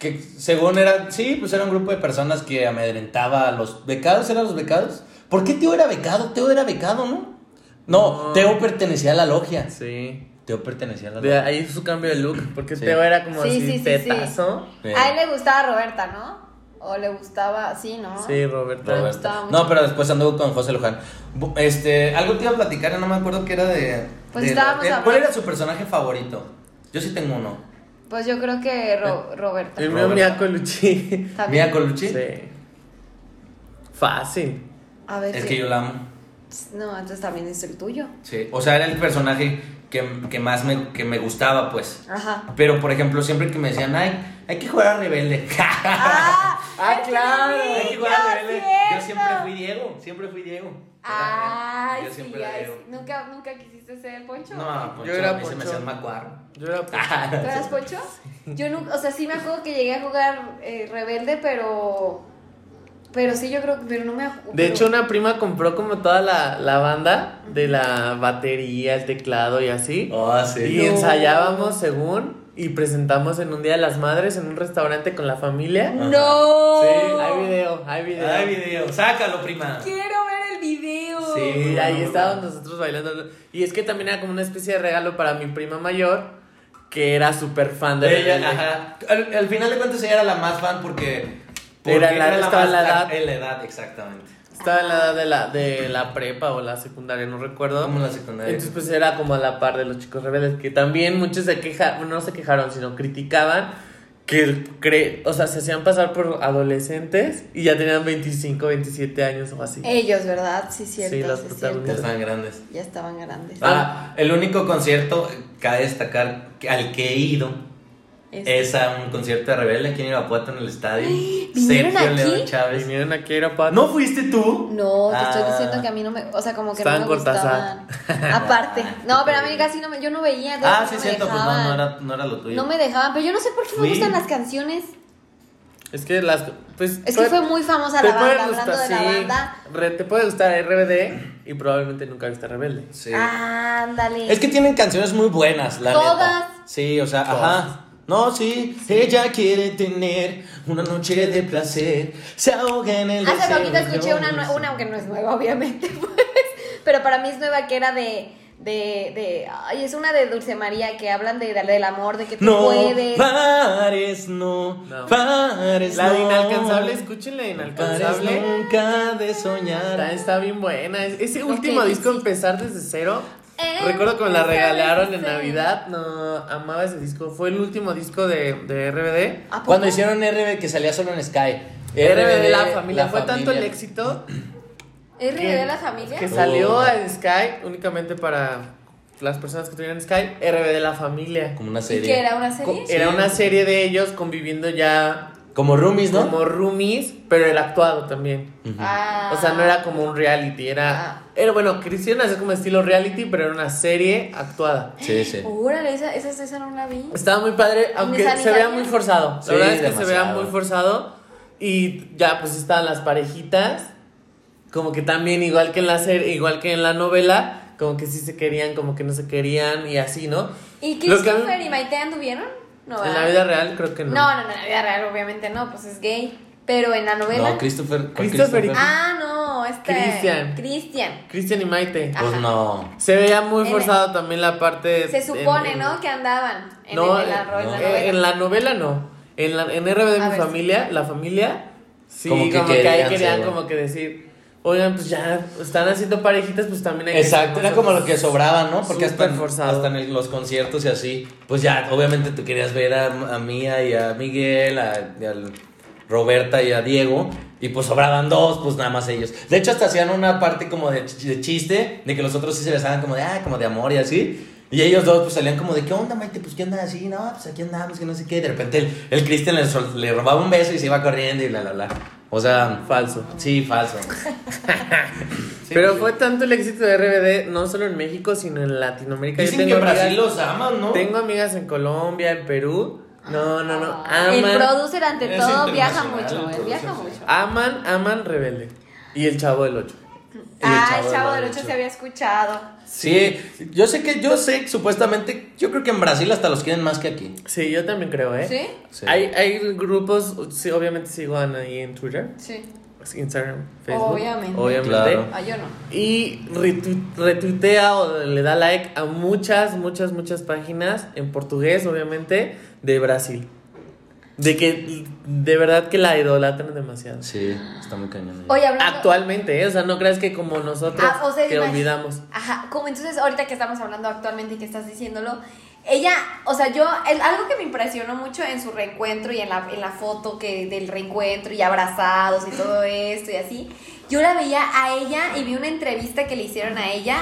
[SPEAKER 1] que según eran, sí, pues era un grupo de personas que amedrentaba a los becados, eran los becados. ¿Por qué Teo era becado? Teo era becado, ¿no? No,
[SPEAKER 3] No.
[SPEAKER 1] Teo pertenecía a la logia.
[SPEAKER 3] Sí.
[SPEAKER 1] Teo pertenecía a la
[SPEAKER 3] De
[SPEAKER 1] logia.
[SPEAKER 3] ahí su cambio de look, porque
[SPEAKER 1] Sí.
[SPEAKER 3] Teo era como
[SPEAKER 2] Sí,
[SPEAKER 3] así
[SPEAKER 2] sí, sí,
[SPEAKER 3] tetazo.
[SPEAKER 2] sí. A él le gustaba Roberta, ¿no? O le gustaba, sí, ¿no?
[SPEAKER 3] Sí, Roberto.
[SPEAKER 1] Roberto.
[SPEAKER 2] gustaba mucho.
[SPEAKER 1] No, pero después anduvo con José Luján. Bu- Este, algo te iba a platicar, no me acuerdo qué era de.
[SPEAKER 2] Pues
[SPEAKER 1] de-
[SPEAKER 2] estábamos
[SPEAKER 1] de- ¿Cuál
[SPEAKER 2] hablando-
[SPEAKER 1] era su personaje favorito? Yo sí tengo uno.
[SPEAKER 2] Pues yo creo que
[SPEAKER 3] Eh,
[SPEAKER 2] Ro- Roberta.
[SPEAKER 3] El mío
[SPEAKER 1] Roberto.
[SPEAKER 3] Mia Colucci.
[SPEAKER 2] También.
[SPEAKER 1] Mia Colucci.
[SPEAKER 3] Sí. Fácil.
[SPEAKER 2] A ver,
[SPEAKER 1] Es
[SPEAKER 2] sí.
[SPEAKER 1] que yo la amo.
[SPEAKER 2] No, entonces también es el tuyo.
[SPEAKER 1] Sí. O sea, era el personaje que, que más me, que me gustaba, pues.
[SPEAKER 2] Ajá.
[SPEAKER 1] Pero, por ejemplo, siempre que me decían, ay, hay que jugar a rebelde.
[SPEAKER 2] ¡Ah!
[SPEAKER 3] Ah,
[SPEAKER 2] es
[SPEAKER 3] claro,
[SPEAKER 2] el
[SPEAKER 1] hay que
[SPEAKER 2] niño,
[SPEAKER 1] jugar a rebelde. Yo
[SPEAKER 2] cierto.
[SPEAKER 1] siempre fui Diego, siempre fui Diego.
[SPEAKER 2] Ay,
[SPEAKER 1] Yo siempre
[SPEAKER 2] sí,
[SPEAKER 1] era
[SPEAKER 2] ay,
[SPEAKER 1] Diego.
[SPEAKER 2] ¿Nunca, ¿Nunca quisiste ser Poncho?
[SPEAKER 1] No, Poncho,
[SPEAKER 3] Yo era
[SPEAKER 1] a mí se me
[SPEAKER 3] Poncho.
[SPEAKER 1] hacía el macuarro.
[SPEAKER 3] Yo era
[SPEAKER 2] ¿Tú eras Poncho? Yo nunca, o sea, sí me acuerdo que llegué a jugar eh, Rebelde, pero. Pero sí, yo creo que. Pero no me acuerdo.
[SPEAKER 3] De hecho, una prima compró como toda la, la banda de la batería, el teclado y así.
[SPEAKER 1] Oh,
[SPEAKER 3] Y
[SPEAKER 1] sí.
[SPEAKER 2] No.
[SPEAKER 3] ensayábamos según y presentamos en un Día de las Madres en un restaurante con la familia.
[SPEAKER 2] ¡No!
[SPEAKER 3] Sí, hay video, hay video.
[SPEAKER 1] Ay, video. Sácalo, prima.
[SPEAKER 2] Quiero ver el video.
[SPEAKER 1] Sí.
[SPEAKER 3] Y
[SPEAKER 1] Muy bueno,
[SPEAKER 3] ahí
[SPEAKER 1] muy
[SPEAKER 3] estábamos
[SPEAKER 1] bueno.
[SPEAKER 3] nosotros bailando. Y es que también era como una especie de regalo para mi prima mayor, que era súper fan de
[SPEAKER 1] Ella,
[SPEAKER 3] Rebelde.
[SPEAKER 1] ajá. Al, al final de cuentas, ella era la más fan porque. porque
[SPEAKER 3] Era la- estaba en la edad.
[SPEAKER 1] En la edad, exactamente.
[SPEAKER 3] Estaba en la edad de la, de la prepa o la secundaria, no recuerdo.
[SPEAKER 1] Como en la secundaria.
[SPEAKER 3] Entonces pues era como a la par de los chicos rebeldes, que también muchos se quejaron, no se quejaron, sino criticaban que, el cre o sea, se hacían pasar por adolescentes y ya tenían 25, 27 años o así.
[SPEAKER 2] Ellos, ¿verdad? Sí, cierto.
[SPEAKER 3] Sí, los
[SPEAKER 2] es
[SPEAKER 1] Ya
[SPEAKER 3] protagonistas.
[SPEAKER 2] cierto.
[SPEAKER 1] estaban grandes.
[SPEAKER 2] Ya estaban grandes.
[SPEAKER 1] Ah, el único concierto, cabe destacar, que- al que he ido
[SPEAKER 2] Este.
[SPEAKER 1] es a un concierto de Rebelde aquí en Irapuato en el estadio.
[SPEAKER 2] ¿Vinieron
[SPEAKER 1] Sergio
[SPEAKER 2] aquí?
[SPEAKER 1] León Chávez.
[SPEAKER 3] Vinieron aquí a Irapuato.
[SPEAKER 1] ¿No fuiste tú?
[SPEAKER 2] No, te estoy
[SPEAKER 1] Ah.
[SPEAKER 2] diciendo que a mí no me. O sea, como que
[SPEAKER 3] Estaban
[SPEAKER 2] no me
[SPEAKER 3] Cortázar.
[SPEAKER 2] gustaban. Aparte. No, pero a mí
[SPEAKER 1] Ah.
[SPEAKER 2] casi no me. Yo no veía. casi
[SPEAKER 1] Ah,
[SPEAKER 2] no
[SPEAKER 1] sí,
[SPEAKER 2] me
[SPEAKER 1] cierto, pues no,
[SPEAKER 2] dejaban.
[SPEAKER 1] no era, no era lo tuyo.
[SPEAKER 2] No me dejaban, pero yo no sé por qué me
[SPEAKER 1] Fui.
[SPEAKER 2] gustan las canciones.
[SPEAKER 3] Es que las... Pues,
[SPEAKER 2] Es que fue muy famosa
[SPEAKER 3] te
[SPEAKER 2] la
[SPEAKER 3] puede
[SPEAKER 2] banda, hablando de la
[SPEAKER 3] sí,
[SPEAKER 2] banda.
[SPEAKER 3] re- te puede gustar RBD y probablemente nunca viste Rebelde.
[SPEAKER 1] Sí.
[SPEAKER 2] Ándale.
[SPEAKER 1] Es que tienen canciones muy buenas, la
[SPEAKER 2] Todas.
[SPEAKER 1] neta. Sí, o sea,
[SPEAKER 3] Todas.
[SPEAKER 1] ajá. No, sí, ella quiere tener una noche de placer. Se ahoga en el
[SPEAKER 2] Hace
[SPEAKER 1] deseo,
[SPEAKER 2] poquito escuché
[SPEAKER 1] yo
[SPEAKER 2] una,
[SPEAKER 1] no
[SPEAKER 2] nue-
[SPEAKER 1] sé.
[SPEAKER 2] una que no es nueva, obviamente, pues, pero para mí es nueva que era de, de, de, ay, es una de Dulce María que hablan de, de- del amor, de que tú
[SPEAKER 1] No,
[SPEAKER 2] puedes.
[SPEAKER 1] pares, no,
[SPEAKER 3] No.
[SPEAKER 1] pares,
[SPEAKER 3] La
[SPEAKER 1] no.
[SPEAKER 3] de Inalcanzable, escúchenla de Inalcanzable.
[SPEAKER 1] Pares nunca de
[SPEAKER 3] Está,
[SPEAKER 1] soñar.
[SPEAKER 3] está bien buena. Es- Ese último
[SPEAKER 2] Ok,
[SPEAKER 3] disco,
[SPEAKER 2] sí.
[SPEAKER 3] Empezar desde cero.
[SPEAKER 2] Empezar
[SPEAKER 3] Recuerdo que me la regalaron en
[SPEAKER 2] desde cero.
[SPEAKER 3] Navidad. No, amaba ese disco. Fue el último disco de, de RBD.
[SPEAKER 2] ¿A poco?
[SPEAKER 1] Cuando hicieron RB que salía solo en Sky.
[SPEAKER 3] RBD, la familia. Fue tanto el
[SPEAKER 1] Familia.
[SPEAKER 3] éxito
[SPEAKER 2] ¿Es
[SPEAKER 3] que-
[SPEAKER 2] Rebelde a la familia?
[SPEAKER 3] que salió
[SPEAKER 1] Oh.
[SPEAKER 3] a Sky únicamente para las personas que tuvieran Sky. RBD, la familia.
[SPEAKER 1] Como una
[SPEAKER 2] ¿Y
[SPEAKER 1] serie.
[SPEAKER 2] que era una serie? eh,
[SPEAKER 3] Era una serie de ellos conviviendo ya
[SPEAKER 1] Como roomies, ¿no? Mm.
[SPEAKER 3] como roomies, pero era actuado también.
[SPEAKER 2] Ah.
[SPEAKER 3] O sea, no era como un reality,
[SPEAKER 2] Ah.
[SPEAKER 3] era. Era bueno, quisieron hacer como estilo reality, pero era una serie actuada.
[SPEAKER 1] Sí, sí.
[SPEAKER 2] Órale, esa, esa, esa no la vi.
[SPEAKER 3] Estaba muy padre, aunque
[SPEAKER 2] esa
[SPEAKER 3] se
[SPEAKER 2] ni
[SPEAKER 3] vea
[SPEAKER 2] sabía.
[SPEAKER 3] muy forzado. La
[SPEAKER 1] Sí,
[SPEAKER 3] verdad es que se
[SPEAKER 1] demasiado.
[SPEAKER 3] vea muy forzado. Y ya, pues estaban las parejitas. como que también igual que en la serie, igual que en la novela, como que sí se querían, como que no se querían y así, ¿no?
[SPEAKER 2] ¿Y
[SPEAKER 3] Lo que a mí-
[SPEAKER 2] Christopher y Maite anduvieron? No,
[SPEAKER 3] En la
[SPEAKER 2] ¿verdad?
[SPEAKER 3] vida real creo que no.
[SPEAKER 2] No, no, no, en la vida real obviamente no, pues es gay. Pero en la novela.
[SPEAKER 1] No, Christopher. ¿cuál
[SPEAKER 3] Christopher y-
[SPEAKER 2] ah, no, este.
[SPEAKER 3] Cristian.
[SPEAKER 2] Cristian.
[SPEAKER 3] Cristian y Maite.
[SPEAKER 2] Ah.
[SPEAKER 1] Pues
[SPEAKER 2] Ajá.
[SPEAKER 1] no.
[SPEAKER 3] Se veía muy
[SPEAKER 2] En-
[SPEAKER 3] forzado también la parte.
[SPEAKER 2] Se
[SPEAKER 3] en-
[SPEAKER 2] supone,
[SPEAKER 3] en-
[SPEAKER 2] ¿no? Que andaban en,
[SPEAKER 3] No,
[SPEAKER 2] el- en la, ro- en
[SPEAKER 1] no.
[SPEAKER 2] la novela.
[SPEAKER 3] eh, en la novela no. En, la, en RBD
[SPEAKER 2] A
[SPEAKER 3] mi
[SPEAKER 2] ver,
[SPEAKER 3] familia, la familia, sí, como
[SPEAKER 1] Como
[SPEAKER 3] que,
[SPEAKER 1] que querían,
[SPEAKER 3] ahí querían
[SPEAKER 1] sí,
[SPEAKER 3] como que decir, oigan, pues ya están haciendo parejitas, pues también hay que
[SPEAKER 1] Exacto,
[SPEAKER 3] hacer
[SPEAKER 1] era como lo que
[SPEAKER 3] nosotros".
[SPEAKER 1] sobraba, ¿no? Porque hasta
[SPEAKER 3] Súper
[SPEAKER 1] en,
[SPEAKER 3] forzado.
[SPEAKER 1] hasta en el- los conciertos y así. Pues ya, obviamente tú querías ver a, a Mía y a Miguel, a, y al Roberta y a Diego. Y pues sobraban dos, pues nada más ellos. De hecho, hasta hacían una parte como de, ch- de chiste, de que los otros sí se besaban como de, ah, como de amor y así. Y ellos dos pues salían como de, ¿qué onda, Maite? Pues ¿qué onda así? No, pues aquí andamos, que no sé qué. Y de repente el, el Cristian le, sol- le robaba un beso y se iba corriendo y bla, bla, bla. O sea, falso. Sí, falso. Sí,
[SPEAKER 3] Pero
[SPEAKER 1] pues,
[SPEAKER 3] fue tanto el éxito de RBD, no solo en México, sino en Latinoamérica. Yo
[SPEAKER 1] Dicen que en
[SPEAKER 3] amigas-
[SPEAKER 1] Brasil los aman, ¿no?
[SPEAKER 3] Tengo amigas en Colombia, en Perú. No, no, no.
[SPEAKER 2] Ah, el
[SPEAKER 3] Aman,
[SPEAKER 2] producer ante
[SPEAKER 1] Es
[SPEAKER 2] todo viaja
[SPEAKER 1] internacional, el
[SPEAKER 2] mucho, él
[SPEAKER 1] producer,
[SPEAKER 2] viaja
[SPEAKER 1] sí.
[SPEAKER 2] mucho.
[SPEAKER 3] aman, aman Rebelde. Y el Chavo del 8.
[SPEAKER 1] Y el
[SPEAKER 2] Ah,
[SPEAKER 1] Chavo
[SPEAKER 2] el
[SPEAKER 1] del
[SPEAKER 2] chavo del
[SPEAKER 1] Ocho.
[SPEAKER 2] 8 se había escuchado.
[SPEAKER 1] Sí, yo sé que, yo sé, supuestamente, yo creo que en Brasil hasta los quieren más que aquí.
[SPEAKER 3] Sí, yo también creo, ¿eh?
[SPEAKER 2] ¿Sí?
[SPEAKER 1] Sí.
[SPEAKER 3] Hay, hay grupos, sí, obviamente sigo a Ana ahí en Twitter,
[SPEAKER 2] Sí.
[SPEAKER 3] Instagram, Facebook.
[SPEAKER 2] Obviamente.
[SPEAKER 3] obviamente.
[SPEAKER 1] Claro.
[SPEAKER 2] Ah, yo no.
[SPEAKER 3] Y retu- retuitea o le da like a muchas, muchas, muchas páginas en portugués, obviamente, de Brasil. De que de verdad que la idolatran demasiado.
[SPEAKER 1] Sí, está muy cañón.
[SPEAKER 2] Oye, hablando.
[SPEAKER 3] Actualmente, ¿eh? o sea, no creas que como nosotros
[SPEAKER 2] Ah, o sea,
[SPEAKER 3] que
[SPEAKER 2] imagi-
[SPEAKER 3] olvidamos.
[SPEAKER 2] Ajá, como entonces ahorita que estamos hablando actualmente y que estás diciéndolo, ella, o sea, yo, el- algo que me impresionó mucho en su reencuentro y en la, en la foto que del reencuentro y abrazados y todo esto y así, yo la veía a ella y vi una entrevista que le hicieron a ella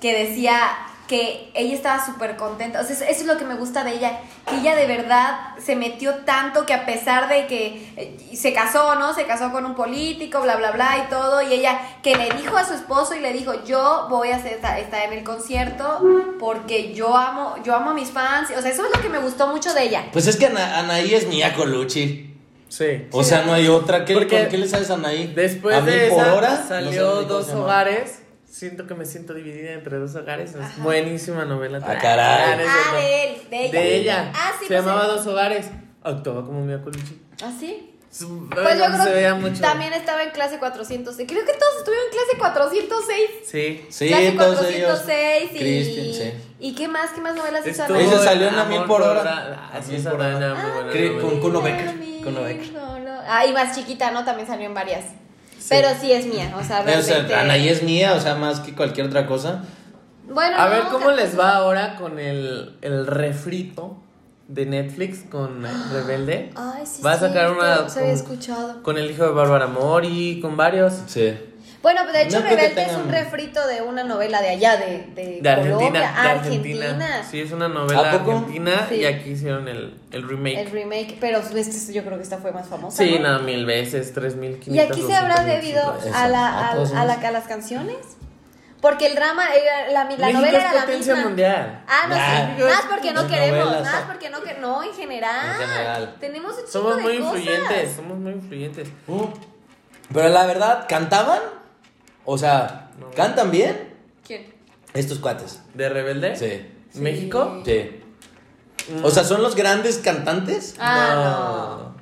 [SPEAKER 2] que decía que ella estaba súper contenta, o sea, eso eso es lo que me gusta de ella, que ella de verdad se metió tanto que a pesar de que eh, se casó, ¿no? Se casó con un político, bla, bla, bla y todo, y ella que le dijo a su esposo y le dijo, yo voy a hacer- esta- estar en el concierto porque yo amo, yo amo a mis fans, o sea, eso es lo que me gustó mucho de ella.
[SPEAKER 1] Pues es que Ana- Anaí es Mía Colucci.
[SPEAKER 3] Sí.
[SPEAKER 1] O
[SPEAKER 2] Sí.
[SPEAKER 1] sea, no hay otra. ¿Qué,
[SPEAKER 3] Porque
[SPEAKER 1] ¿con qué le sabes a Anaí?
[SPEAKER 3] Después
[SPEAKER 1] a mí
[SPEAKER 3] de
[SPEAKER 1] por
[SPEAKER 3] esa
[SPEAKER 1] hora no
[SPEAKER 3] salió
[SPEAKER 1] sé ni cómo
[SPEAKER 3] Dos
[SPEAKER 1] se llama.
[SPEAKER 3] Hogares. Siento que me siento dividida entre dos hogares. Es buenísima novela.
[SPEAKER 1] Ah, caray.
[SPEAKER 3] no es
[SPEAKER 2] Ah,
[SPEAKER 3] cierto.
[SPEAKER 2] de él, de ella.
[SPEAKER 3] De ella.
[SPEAKER 2] Ah, sí,
[SPEAKER 3] Se
[SPEAKER 2] pues,
[SPEAKER 3] llamaba
[SPEAKER 2] eh.
[SPEAKER 3] Dos Hogares. Actuaba como Mia Colucci.
[SPEAKER 2] ¿Ah, sí?
[SPEAKER 3] Su-
[SPEAKER 2] Pues yo
[SPEAKER 3] se veía
[SPEAKER 2] creo que
[SPEAKER 3] mucho.
[SPEAKER 2] también estaba en clase 400, creo que todos estuvieron en clase 406.
[SPEAKER 3] Sí.
[SPEAKER 1] Sí,
[SPEAKER 2] Clase
[SPEAKER 1] todos ellos.
[SPEAKER 2] 406 y,
[SPEAKER 1] Cristian, sí.
[SPEAKER 2] ¿Y qué más? ¿Qué más novelas hizo
[SPEAKER 3] Estuvo
[SPEAKER 1] Ella
[SPEAKER 3] en
[SPEAKER 1] salió en la
[SPEAKER 3] Amor
[SPEAKER 1] mil por hora.
[SPEAKER 3] Ah, sí,
[SPEAKER 1] Mil
[SPEAKER 3] esa
[SPEAKER 1] por
[SPEAKER 3] también
[SPEAKER 1] hora.
[SPEAKER 3] era muy buena
[SPEAKER 1] Cre-
[SPEAKER 3] novela.
[SPEAKER 1] con Kuno
[SPEAKER 2] Mira,
[SPEAKER 1] Becker,
[SPEAKER 2] mi
[SPEAKER 1] Kuno Becker.
[SPEAKER 2] dolor. Ah, y más chiquita, ¿no? También salió en varias. Pero sí es mía, o sea,
[SPEAKER 1] O
[SPEAKER 2] realmente...
[SPEAKER 1] sea, Anaí es mía, o sea, más que cualquier otra cosa.
[SPEAKER 2] Bueno,
[SPEAKER 3] A ver
[SPEAKER 2] no,
[SPEAKER 3] cómo
[SPEAKER 2] ca-
[SPEAKER 3] les va ahora con el, el refrito de Netflix con Rebelde.
[SPEAKER 2] Ay, sí,
[SPEAKER 3] va a sacar
[SPEAKER 2] cierto,
[SPEAKER 3] una
[SPEAKER 2] se había
[SPEAKER 3] con-
[SPEAKER 2] escuchado.
[SPEAKER 3] con el hijo de Bárbara Mori, con varios.
[SPEAKER 1] Sí.
[SPEAKER 2] Bueno, pues de hecho,
[SPEAKER 1] No creo que
[SPEAKER 2] Rebelde es un
[SPEAKER 1] tengan-
[SPEAKER 2] refrito de una novela de allá, de, de,
[SPEAKER 3] De Argentina,
[SPEAKER 2] Colombia, ah,
[SPEAKER 3] de Argentina.
[SPEAKER 2] Argentina.
[SPEAKER 3] Sí, es una novela
[SPEAKER 1] ¿A poco?
[SPEAKER 3] argentina
[SPEAKER 2] Sí.
[SPEAKER 3] y aquí hicieron el, el remake.
[SPEAKER 2] El remake, pero este, yo creo que esta fue más famosa.
[SPEAKER 3] sí,
[SPEAKER 2] ¿no?
[SPEAKER 3] nada, mil veces, tres mil
[SPEAKER 2] ¿Y
[SPEAKER 3] quinientos.
[SPEAKER 2] aquí se habrá debido
[SPEAKER 3] pues,
[SPEAKER 1] cincuenta.
[SPEAKER 2] a, la,
[SPEAKER 1] Exacto,
[SPEAKER 2] al-
[SPEAKER 1] todos
[SPEAKER 2] a, la- a las canciones? Porque el drama, era la, la
[SPEAKER 3] México
[SPEAKER 2] novela
[SPEAKER 3] es
[SPEAKER 2] era la
[SPEAKER 3] potencia
[SPEAKER 2] misma.
[SPEAKER 3] mundial.
[SPEAKER 2] Ah, no,
[SPEAKER 1] Nah.
[SPEAKER 2] sí. Más porque no
[SPEAKER 1] Las
[SPEAKER 2] queremos,
[SPEAKER 1] novelas,
[SPEAKER 2] más
[SPEAKER 1] ah.
[SPEAKER 2] porque no que no en general.
[SPEAKER 1] En general.
[SPEAKER 2] Tenemos un chingo
[SPEAKER 3] Somos
[SPEAKER 2] de
[SPEAKER 3] muy
[SPEAKER 2] cosas.
[SPEAKER 3] influyentes, somos muy influyentes.
[SPEAKER 1] Uh, Pero la verdad, ¿cantaban? O sea, ¿cantan bien?
[SPEAKER 2] ¿Quién?
[SPEAKER 1] Estos cuates.
[SPEAKER 3] ¿De Rebelde?
[SPEAKER 1] Sí.
[SPEAKER 3] ¿México?
[SPEAKER 1] Sí. O sea, ¿son los grandes cantantes?
[SPEAKER 2] Ah,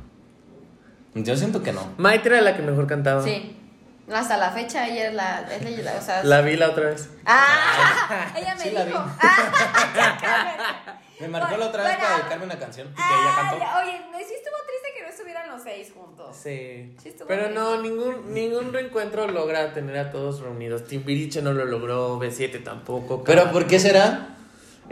[SPEAKER 1] Yo siento que no.
[SPEAKER 3] Maite era la que mejor
[SPEAKER 2] no.
[SPEAKER 3] cantaba.
[SPEAKER 2] Sí. Hasta la fecha ella es la, es la- o sea,
[SPEAKER 3] La vi la otra vez.
[SPEAKER 2] Ah, ella me
[SPEAKER 1] Sí, la
[SPEAKER 2] dijo.
[SPEAKER 1] vi.
[SPEAKER 2] Ah,
[SPEAKER 1] Me marcó la otra vez
[SPEAKER 2] Bueno.
[SPEAKER 1] para dedicarme una canción que ella
[SPEAKER 2] Ah,
[SPEAKER 1] cantó.
[SPEAKER 2] ya, oye, me- sí estuvo triste que no estuvieran los seis juntos.
[SPEAKER 3] Sí.
[SPEAKER 2] Sí, estuvo
[SPEAKER 3] Pero
[SPEAKER 2] bien.
[SPEAKER 3] no, ningún, ningún reencuentro logra tener a todos reunidos. Timbiriche no lo logró, B7 tampoco.
[SPEAKER 1] Pero
[SPEAKER 3] Cava-
[SPEAKER 1] ¿por qué será?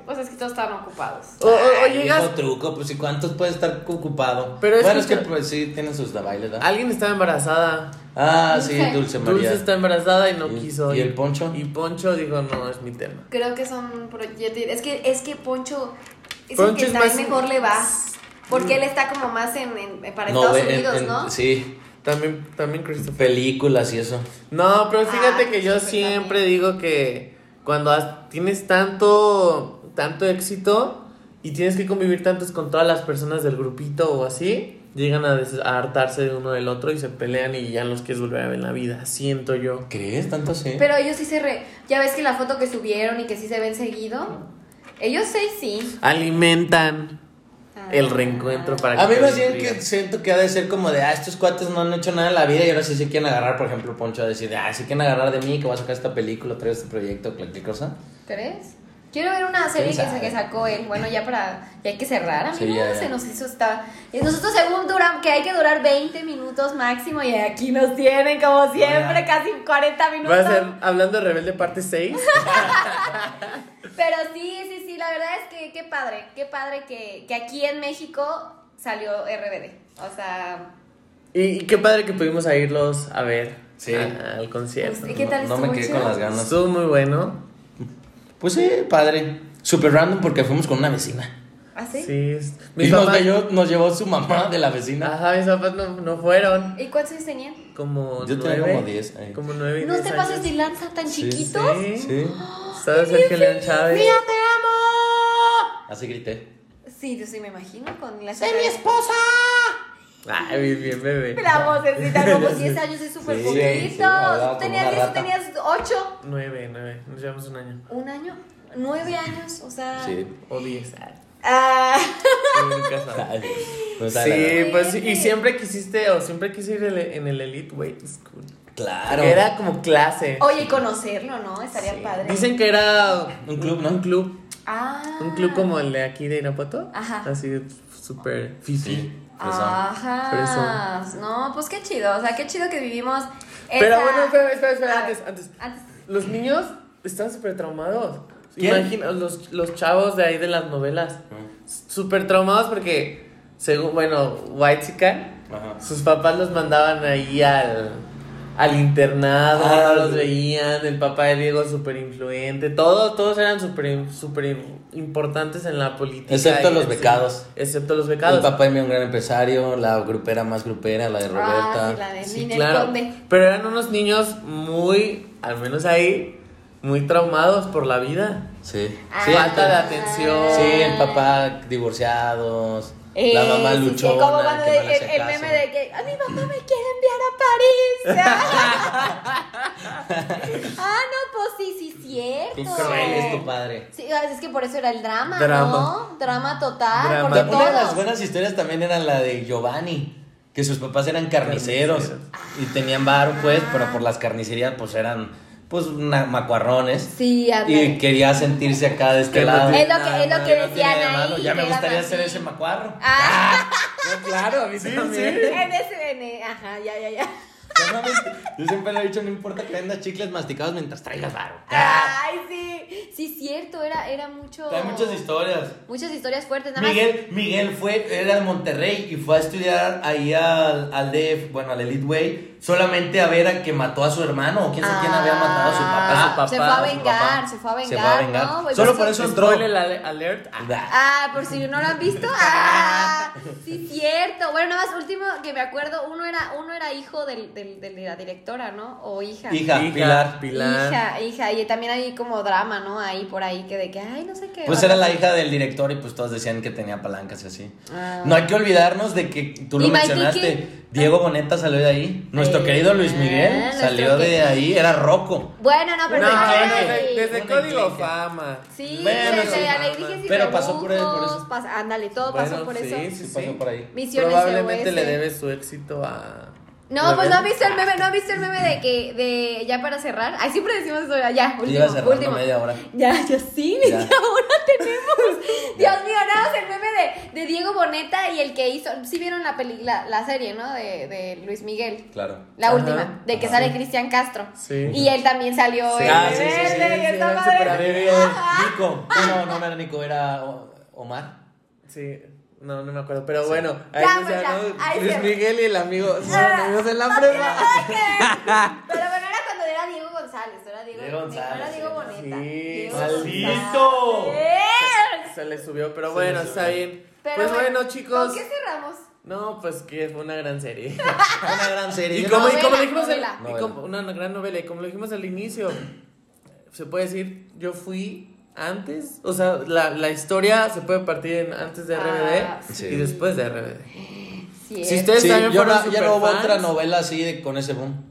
[SPEAKER 2] Pues es que todos estaban ocupados.
[SPEAKER 3] O, o- o
[SPEAKER 1] Viejo
[SPEAKER 3] llegas.
[SPEAKER 1] truco, pues ¿y cuántos puede estar ocupado?
[SPEAKER 3] Pero es
[SPEAKER 1] bueno,
[SPEAKER 3] que-
[SPEAKER 1] es que pues sí, tienen sus bailes, ¿verdad?
[SPEAKER 3] Alguien está embarazada.
[SPEAKER 1] Ah, sí,
[SPEAKER 2] Dulce.
[SPEAKER 1] Dulce María.
[SPEAKER 3] Dulce está embarazada y no
[SPEAKER 1] ¿Y-
[SPEAKER 3] quiso.
[SPEAKER 1] y el Poncho?
[SPEAKER 3] Y Poncho dijo, no, es mi tema.
[SPEAKER 2] Creo que son proyectos. Es que, es que Poncho es
[SPEAKER 3] Poncho
[SPEAKER 2] el que
[SPEAKER 3] es
[SPEAKER 2] también
[SPEAKER 3] más-
[SPEAKER 2] mejor le va. Porque él está como más en, en- para
[SPEAKER 1] No,
[SPEAKER 2] Estados
[SPEAKER 1] en-
[SPEAKER 2] Unidos,
[SPEAKER 1] en-
[SPEAKER 2] ¿no?
[SPEAKER 1] Sí,
[SPEAKER 3] También, también Christopher.
[SPEAKER 1] películas y eso.
[SPEAKER 3] No, pero fíjate
[SPEAKER 2] Ah,
[SPEAKER 3] que yo
[SPEAKER 2] Christopher
[SPEAKER 3] siempre
[SPEAKER 2] también.
[SPEAKER 3] digo que cuando has- tienes tanto, tanto éxito y tienes que convivir tantos con todas las personas del grupito o así, llegan a, des- a hartarse de uno del otro y se pelean y ya los quieres volver a ver en la vida. Siento yo.
[SPEAKER 1] ¿Crees tanto así?
[SPEAKER 2] Pero ellos sí se re... Ya ves que la foto que subieron y que sí se ven seguido. Ellos sí, sí. Ah,
[SPEAKER 3] Alimentan el reencuentro para
[SPEAKER 1] A mí
[SPEAKER 3] te
[SPEAKER 1] más bien
[SPEAKER 3] destruyas.
[SPEAKER 1] que siento que ha de ser como de, ah, estos cuates no han hecho nada en la vida y ahora sí se quieren agarrar, por ejemplo, Poncho, a decir, ah, sí quieren agarrar de mí, que voy a sacar esta película, traigo este proyecto, cualquier cosa.
[SPEAKER 2] ¿Crees? Quiero ver una serie que,
[SPEAKER 1] ¿Quién sabe?
[SPEAKER 2] se- que sacó él. Bueno, ya para. Ya hay que cerrar, amigos.
[SPEAKER 1] Sí, ya, ya.
[SPEAKER 2] Se nos hizo esta. y Nosotros, según duran, que hay que durar 20 minutos máximo. Y aquí nos tienen, como siempre,
[SPEAKER 1] Ya.
[SPEAKER 2] casi 40
[SPEAKER 3] Va
[SPEAKER 2] minutos.
[SPEAKER 3] a ser hablando de Rebelde parte 6.
[SPEAKER 2] Pero sí, sí, sí. La verdad es que qué padre. Qué padre que, que aquí en México salió RBD. O sea.
[SPEAKER 3] y, y qué padre que pudimos a irlos a ver
[SPEAKER 1] Sí.
[SPEAKER 3] a- al concierto.
[SPEAKER 2] ¿Y qué tal
[SPEAKER 1] no, no me
[SPEAKER 2] estuvo
[SPEAKER 1] quedé
[SPEAKER 2] chido?
[SPEAKER 1] con las ganas.
[SPEAKER 3] Estuvo muy bueno.
[SPEAKER 1] Pues sí, padre. Super random porque fuimos con una vecina.
[SPEAKER 2] ¿Así?
[SPEAKER 3] Sí. es-
[SPEAKER 1] y
[SPEAKER 3] Mis
[SPEAKER 1] nos,
[SPEAKER 3] papás,
[SPEAKER 1] llevó, nos llevó su mamá de la
[SPEAKER 2] Ah,
[SPEAKER 1] vecina.
[SPEAKER 3] ajá, mis papás no, no fueron.
[SPEAKER 2] ¿Y cuántos años tenían?
[SPEAKER 3] Como
[SPEAKER 1] Yo tenía
[SPEAKER 3] nueve.
[SPEAKER 1] como eh. 10 ahí.
[SPEAKER 3] Como nueve y
[SPEAKER 2] ¿No
[SPEAKER 3] 10
[SPEAKER 2] te pases
[SPEAKER 3] años.
[SPEAKER 2] de lanza tan
[SPEAKER 1] Sí,
[SPEAKER 2] chiquitos?
[SPEAKER 3] Sí.
[SPEAKER 1] Sí.
[SPEAKER 3] ¿Sabes Sergio León Chávez?
[SPEAKER 2] ¡Mira, te amo!
[SPEAKER 1] Así grité.
[SPEAKER 2] Sí, yo sí me imagino con la
[SPEAKER 1] ¡Soy mi esposa!
[SPEAKER 3] Ay, bien bebé.
[SPEAKER 2] La vocecita, como 10 años es súper
[SPEAKER 1] Sí, sí,
[SPEAKER 2] poquito.
[SPEAKER 1] hablaba como
[SPEAKER 2] tenías
[SPEAKER 1] una
[SPEAKER 2] 10,
[SPEAKER 1] rata.
[SPEAKER 2] tenías 8,
[SPEAKER 3] Nueve, nueve. Nos llevamos un año.
[SPEAKER 2] un año, 9 años, o sea.
[SPEAKER 1] Sí.
[SPEAKER 3] O diez.
[SPEAKER 2] Ah,
[SPEAKER 1] Ay, no está
[SPEAKER 3] Sí,
[SPEAKER 1] la-
[SPEAKER 3] pues y siempre quisiste o siempre quise ir el- en el Elite Weight School.
[SPEAKER 1] Claro.
[SPEAKER 3] Era como clase.
[SPEAKER 2] oye, y conocerlo, ¿no? Oh, Estaría
[SPEAKER 3] Sí.
[SPEAKER 2] padre.
[SPEAKER 3] Dicen que era
[SPEAKER 1] Un club, ¿no?
[SPEAKER 3] Un club.
[SPEAKER 2] Ah.
[SPEAKER 3] Un club como el de aquí de Irapuato.
[SPEAKER 2] Ajá.
[SPEAKER 3] Así de pues, súper
[SPEAKER 1] Sí.
[SPEAKER 3] fifí.
[SPEAKER 1] Fresón.
[SPEAKER 2] Ajá.
[SPEAKER 3] Fresón.
[SPEAKER 2] No, pues qué chido, o sea, qué chido que vivimos.
[SPEAKER 3] Pero
[SPEAKER 2] esa-
[SPEAKER 3] bueno, espera, espera, espera,
[SPEAKER 2] A ver,
[SPEAKER 3] antes, antes.
[SPEAKER 2] antes.
[SPEAKER 3] Los niños están súper traumados.
[SPEAKER 1] ¿Quién?
[SPEAKER 3] Imagina, los, los chavos de ahí de las novelas.
[SPEAKER 1] Mm.
[SPEAKER 3] Súper traumados porque, según, bueno, White Chica,
[SPEAKER 1] Ajá.
[SPEAKER 3] sus papás los mandaban ahí al, al internado,
[SPEAKER 1] Ah,
[SPEAKER 3] no los
[SPEAKER 1] sí.
[SPEAKER 3] veían, el papá de Diego súper influente, todos, todos eran súper super importantes en la política.
[SPEAKER 1] Excepto
[SPEAKER 3] y
[SPEAKER 1] los
[SPEAKER 3] en-
[SPEAKER 1] becados.
[SPEAKER 3] Excepto los
[SPEAKER 1] El
[SPEAKER 3] becados.
[SPEAKER 1] papá de mí un gran empresario, la grupera más grupera, la de Roberta.
[SPEAKER 2] Ah, sí, la de
[SPEAKER 3] Sí,
[SPEAKER 2] Ninel
[SPEAKER 3] claro.
[SPEAKER 2] Conde.
[SPEAKER 3] Pero eran unos niños muy, al menos ahí, muy traumados por la vida.
[SPEAKER 1] Sí.
[SPEAKER 2] Ah.
[SPEAKER 1] Sí,
[SPEAKER 3] Falta de
[SPEAKER 1] el-
[SPEAKER 3] atención.
[SPEAKER 1] Sí, el papá divorciados,
[SPEAKER 2] Eh,
[SPEAKER 1] la mamá
[SPEAKER 2] sí, sí,
[SPEAKER 1] luchona,
[SPEAKER 2] como cuando
[SPEAKER 1] que
[SPEAKER 2] de-
[SPEAKER 1] no le
[SPEAKER 2] el,
[SPEAKER 1] hace
[SPEAKER 2] el meme
[SPEAKER 1] caso.
[SPEAKER 2] de que a mi mamá me quiere enviar a París. ah, no, pues sí, sí,
[SPEAKER 1] Qué
[SPEAKER 2] cierto.
[SPEAKER 1] cruel es tu padre.
[SPEAKER 2] Sí, ah, es que por eso era el drama,
[SPEAKER 3] Drama.
[SPEAKER 2] ¿no? Drama total.
[SPEAKER 3] Drama.
[SPEAKER 2] Porque
[SPEAKER 1] La- Una de las
[SPEAKER 2] todos-
[SPEAKER 1] buenas historias también era la de Giovanni, que sus papás eran carniceros y tenían bar, pues, pero por las carnicerías, pues eran, pues, una- macuarrones.
[SPEAKER 2] Sí, a
[SPEAKER 1] Y quería sentirse acá de este
[SPEAKER 3] Que no
[SPEAKER 1] lado.
[SPEAKER 3] tiene
[SPEAKER 2] Es lo que- es lo que
[SPEAKER 1] no tiene
[SPEAKER 2] decían
[SPEAKER 1] de malo,
[SPEAKER 2] ahí,
[SPEAKER 1] Ya me
[SPEAKER 2] que era
[SPEAKER 1] gustaría
[SPEAKER 2] así.
[SPEAKER 1] ser ese macuarro.
[SPEAKER 2] Ah,
[SPEAKER 1] No, claro, a mí también. Eh,
[SPEAKER 2] en ese, en e- ajá, ya, ya, ya.
[SPEAKER 1] Yo, no me- yo siempre le he dicho, no importa que vendas chicles masticados mientras traigas varo.
[SPEAKER 2] Ay, sí, sí, cierto, era, era mucho.
[SPEAKER 1] Hay Ah. muchas historias.
[SPEAKER 2] Muchas historias fuertes, nada más.
[SPEAKER 1] Miguel, Miguel fue, era de Monterrey y fue a estudiar ahí al, al DF, bueno, al Elite Way, solamente a ver a que mató a su hermano o quién sabe quién había matado a su papá.
[SPEAKER 3] a su papá,
[SPEAKER 2] Ah, Se fue a
[SPEAKER 3] a su
[SPEAKER 2] vengar,
[SPEAKER 1] papá.
[SPEAKER 2] se fue a vengar.
[SPEAKER 1] Se fue a vengar.
[SPEAKER 2] ¿no? Pues,
[SPEAKER 1] Solo
[SPEAKER 2] pues,
[SPEAKER 1] por
[SPEAKER 2] sí.
[SPEAKER 1] eso entró.
[SPEAKER 3] Spoiler ale- alert. Ah,
[SPEAKER 1] Da.
[SPEAKER 2] Ah, por si no lo han visto. Ah, sí, cierto. Bueno, nada más, último que me acuerdo, uno era, uno era hijo del, del- del- de la directora, ¿no? O hija.
[SPEAKER 1] Hija, Pilar.
[SPEAKER 3] Pilar.
[SPEAKER 2] Hija, hija. Y también hay como drama, ¿no? Ahí por ahí que de que, ay, no sé qué.
[SPEAKER 1] Pues era la hija del director y pues todos decían que tenía palancas y así.
[SPEAKER 2] Ah.
[SPEAKER 1] No hay que olvidarnos de que tú lo
[SPEAKER 2] ¿Y Mikey
[SPEAKER 1] mencionaste. Diego Boneta salió de ahí. Nuestro
[SPEAKER 2] Eh,
[SPEAKER 1] querido Luis Miguel
[SPEAKER 2] nuestro
[SPEAKER 1] salió de
[SPEAKER 2] querido-
[SPEAKER 1] ahí. Era Rocco.
[SPEAKER 2] Bueno, no,
[SPEAKER 3] No,
[SPEAKER 2] pero.
[SPEAKER 3] desde,
[SPEAKER 2] ay,
[SPEAKER 3] desde
[SPEAKER 1] Una
[SPEAKER 3] Código
[SPEAKER 1] enclenque.
[SPEAKER 3] Fama.
[SPEAKER 2] Sí,
[SPEAKER 1] Bueno,
[SPEAKER 2] desde
[SPEAKER 1] sí.
[SPEAKER 2] la alegría sin
[SPEAKER 1] Pero pasó por- por eso.
[SPEAKER 2] rebujos, pas- ándale, todo pasó
[SPEAKER 3] Bueno,
[SPEAKER 2] por
[SPEAKER 3] sí,
[SPEAKER 2] eso.
[SPEAKER 3] sí,
[SPEAKER 1] Sí,
[SPEAKER 3] sí.
[SPEAKER 1] pasó por ahí.
[SPEAKER 2] Misiones
[SPEAKER 3] Probablemente
[SPEAKER 2] SOS.
[SPEAKER 3] le debe su éxito a.
[SPEAKER 2] No, pues no han
[SPEAKER 3] Rebelde.
[SPEAKER 2] visto el meme, no han visto el meme de que, de, ya para cerrar. Ay, siempre decimos eso, ya, último,
[SPEAKER 1] Iba cerrando
[SPEAKER 2] último.
[SPEAKER 1] media hora.
[SPEAKER 2] Ya, ya sí,
[SPEAKER 1] Ya.
[SPEAKER 2] media hora tenemos. Dios mío, nada más el meme de, de Diego Boneta y el que hizo, sí vieron la peli, la, la serie, ¿no? De, de Luis Miguel.
[SPEAKER 1] Claro.
[SPEAKER 2] La
[SPEAKER 3] Ajá.
[SPEAKER 2] última, de que
[SPEAKER 1] Ajá.
[SPEAKER 2] sale Cristian Castro.
[SPEAKER 3] Sí.
[SPEAKER 2] Y él también salió
[SPEAKER 3] Sí.
[SPEAKER 2] en
[SPEAKER 3] Ah, sí, sí,
[SPEAKER 2] Rebelde,
[SPEAKER 3] sí,
[SPEAKER 2] y
[SPEAKER 3] sí,
[SPEAKER 2] está
[SPEAKER 3] era
[SPEAKER 2] padre.
[SPEAKER 3] superhéroe.
[SPEAKER 1] Nico. No, no, no era Nico, era O- Omar.
[SPEAKER 3] Sí. No, no me acuerdo. Pero bueno, ahí
[SPEAKER 2] Ya,
[SPEAKER 3] se
[SPEAKER 2] pues ya,
[SPEAKER 3] llama
[SPEAKER 2] ahí
[SPEAKER 3] Luis
[SPEAKER 2] se- Ah.
[SPEAKER 3] Miguel y el amigo. Son amigos en la
[SPEAKER 2] No tiene
[SPEAKER 3] prueba.
[SPEAKER 2] nada que ver. Pero bueno, era cuando era Diego González, no era Diego,
[SPEAKER 1] Diego
[SPEAKER 2] no era
[SPEAKER 1] González,
[SPEAKER 2] Diego
[SPEAKER 1] sí.
[SPEAKER 2] Boneta.
[SPEAKER 3] Sí,
[SPEAKER 2] Diego
[SPEAKER 1] maldito.
[SPEAKER 2] González.
[SPEAKER 3] Se le subió, pero
[SPEAKER 1] Se
[SPEAKER 3] bueno,
[SPEAKER 1] le
[SPEAKER 3] está
[SPEAKER 1] subió.
[SPEAKER 3] bien.
[SPEAKER 2] Pero
[SPEAKER 3] pues bueno, chicos.
[SPEAKER 2] ¿Con qué cerramos?
[SPEAKER 3] No, pues que fue una gran serie.
[SPEAKER 1] Una gran serie.
[SPEAKER 3] Y
[SPEAKER 1] Yo no-
[SPEAKER 3] como, y como
[SPEAKER 2] Novela,
[SPEAKER 3] lo dijimos al-
[SPEAKER 2] novela.
[SPEAKER 3] y como- una gran novela, y como lo dijimos al inicio, se puede decir, yo fui antes, o sea, la, la historia se puede partir en antes de
[SPEAKER 2] Ah,
[SPEAKER 3] RBD
[SPEAKER 1] sí.
[SPEAKER 3] y después de RBD.
[SPEAKER 2] cierto.
[SPEAKER 3] Si ustedes
[SPEAKER 1] Sí,
[SPEAKER 3] también
[SPEAKER 1] yo
[SPEAKER 3] fueron
[SPEAKER 1] no, ya no hubo
[SPEAKER 3] superfans,
[SPEAKER 1] otra novela así de- con ese boom.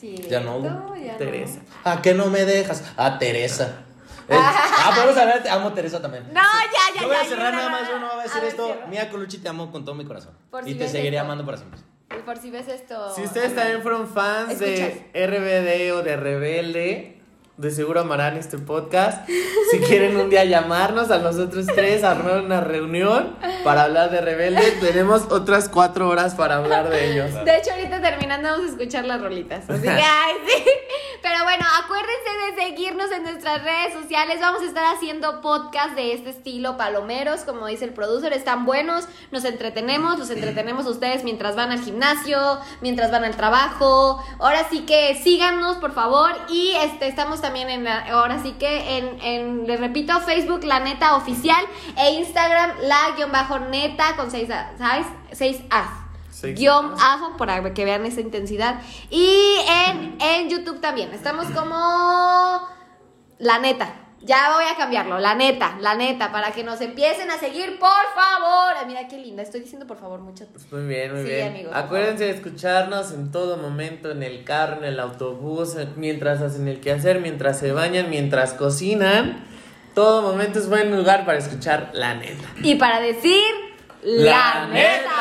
[SPEAKER 2] Cierto,
[SPEAKER 1] Ya no hubo.
[SPEAKER 2] ya no.
[SPEAKER 3] Teresa.
[SPEAKER 1] ¿A qué no me dejas? A Teresa. Eh, ah, podemos hablar. Te amo, Teresa también.
[SPEAKER 2] No, ya, ya,
[SPEAKER 1] yo voy
[SPEAKER 2] ya,
[SPEAKER 1] a cerrar
[SPEAKER 2] ya,
[SPEAKER 1] nada
[SPEAKER 2] ya,
[SPEAKER 1] más. Yo no voy a decir
[SPEAKER 2] ver,
[SPEAKER 1] esto.
[SPEAKER 2] cierra.
[SPEAKER 1] Mía Colucci, te amo con todo mi corazón.
[SPEAKER 2] Por
[SPEAKER 1] y
[SPEAKER 2] si
[SPEAKER 1] te
[SPEAKER 2] ves
[SPEAKER 1] seguiré
[SPEAKER 2] esto.
[SPEAKER 1] amando para siempre.
[SPEAKER 2] Y Por si ves esto.
[SPEAKER 3] Si ustedes también fueron fans
[SPEAKER 2] Escuchas.
[SPEAKER 3] de RBD o de Rebelde, de seguro amarán este podcast. Si quieren un día llamarnos a nosotros tres, armar una reunión para hablar de Rebelde, tenemos otras cuatro horas para hablar de ellos.
[SPEAKER 2] De hecho, ahorita terminando vamos a escuchar las rolitas. Así que, ay, sí. Pero bueno, acuérdense de seguirnos en nuestras redes sociales. Vamos a estar haciendo podcast de este estilo, palomeros, como dice el producer. Están buenos, nos entretenemos, los entretenemos a ustedes mientras van al gimnasio, mientras van al trabajo. Ahora sí que síganos, por favor. Y este estamos también en, la- ahora sí que en, en, les repito, Facebook, la neta oficial, e Instagram, la-neta con 6 A. 6 A
[SPEAKER 3] Seis
[SPEAKER 2] guión ajo para que vean esa intensidad. Y en, en YouTube también. Estamos como la neta. Ya voy a cambiarlo, la neta, la neta, para que nos empiecen a seguir, por favor. Ay, mira qué linda, estoy diciendo por favor mucho.
[SPEAKER 3] Pues Muy bien, muy
[SPEAKER 2] Sí,
[SPEAKER 3] bien.
[SPEAKER 2] amigos, por
[SPEAKER 3] Acuérdense de escucharnos en todo momento, en el carro, en el autobús, en- mientras hacen el quehacer, mientras se bañan, mientras cocinan. Todo momento es buen lugar para escuchar la neta.
[SPEAKER 2] Y para decir, la,
[SPEAKER 3] La
[SPEAKER 2] neta.
[SPEAKER 3] neta.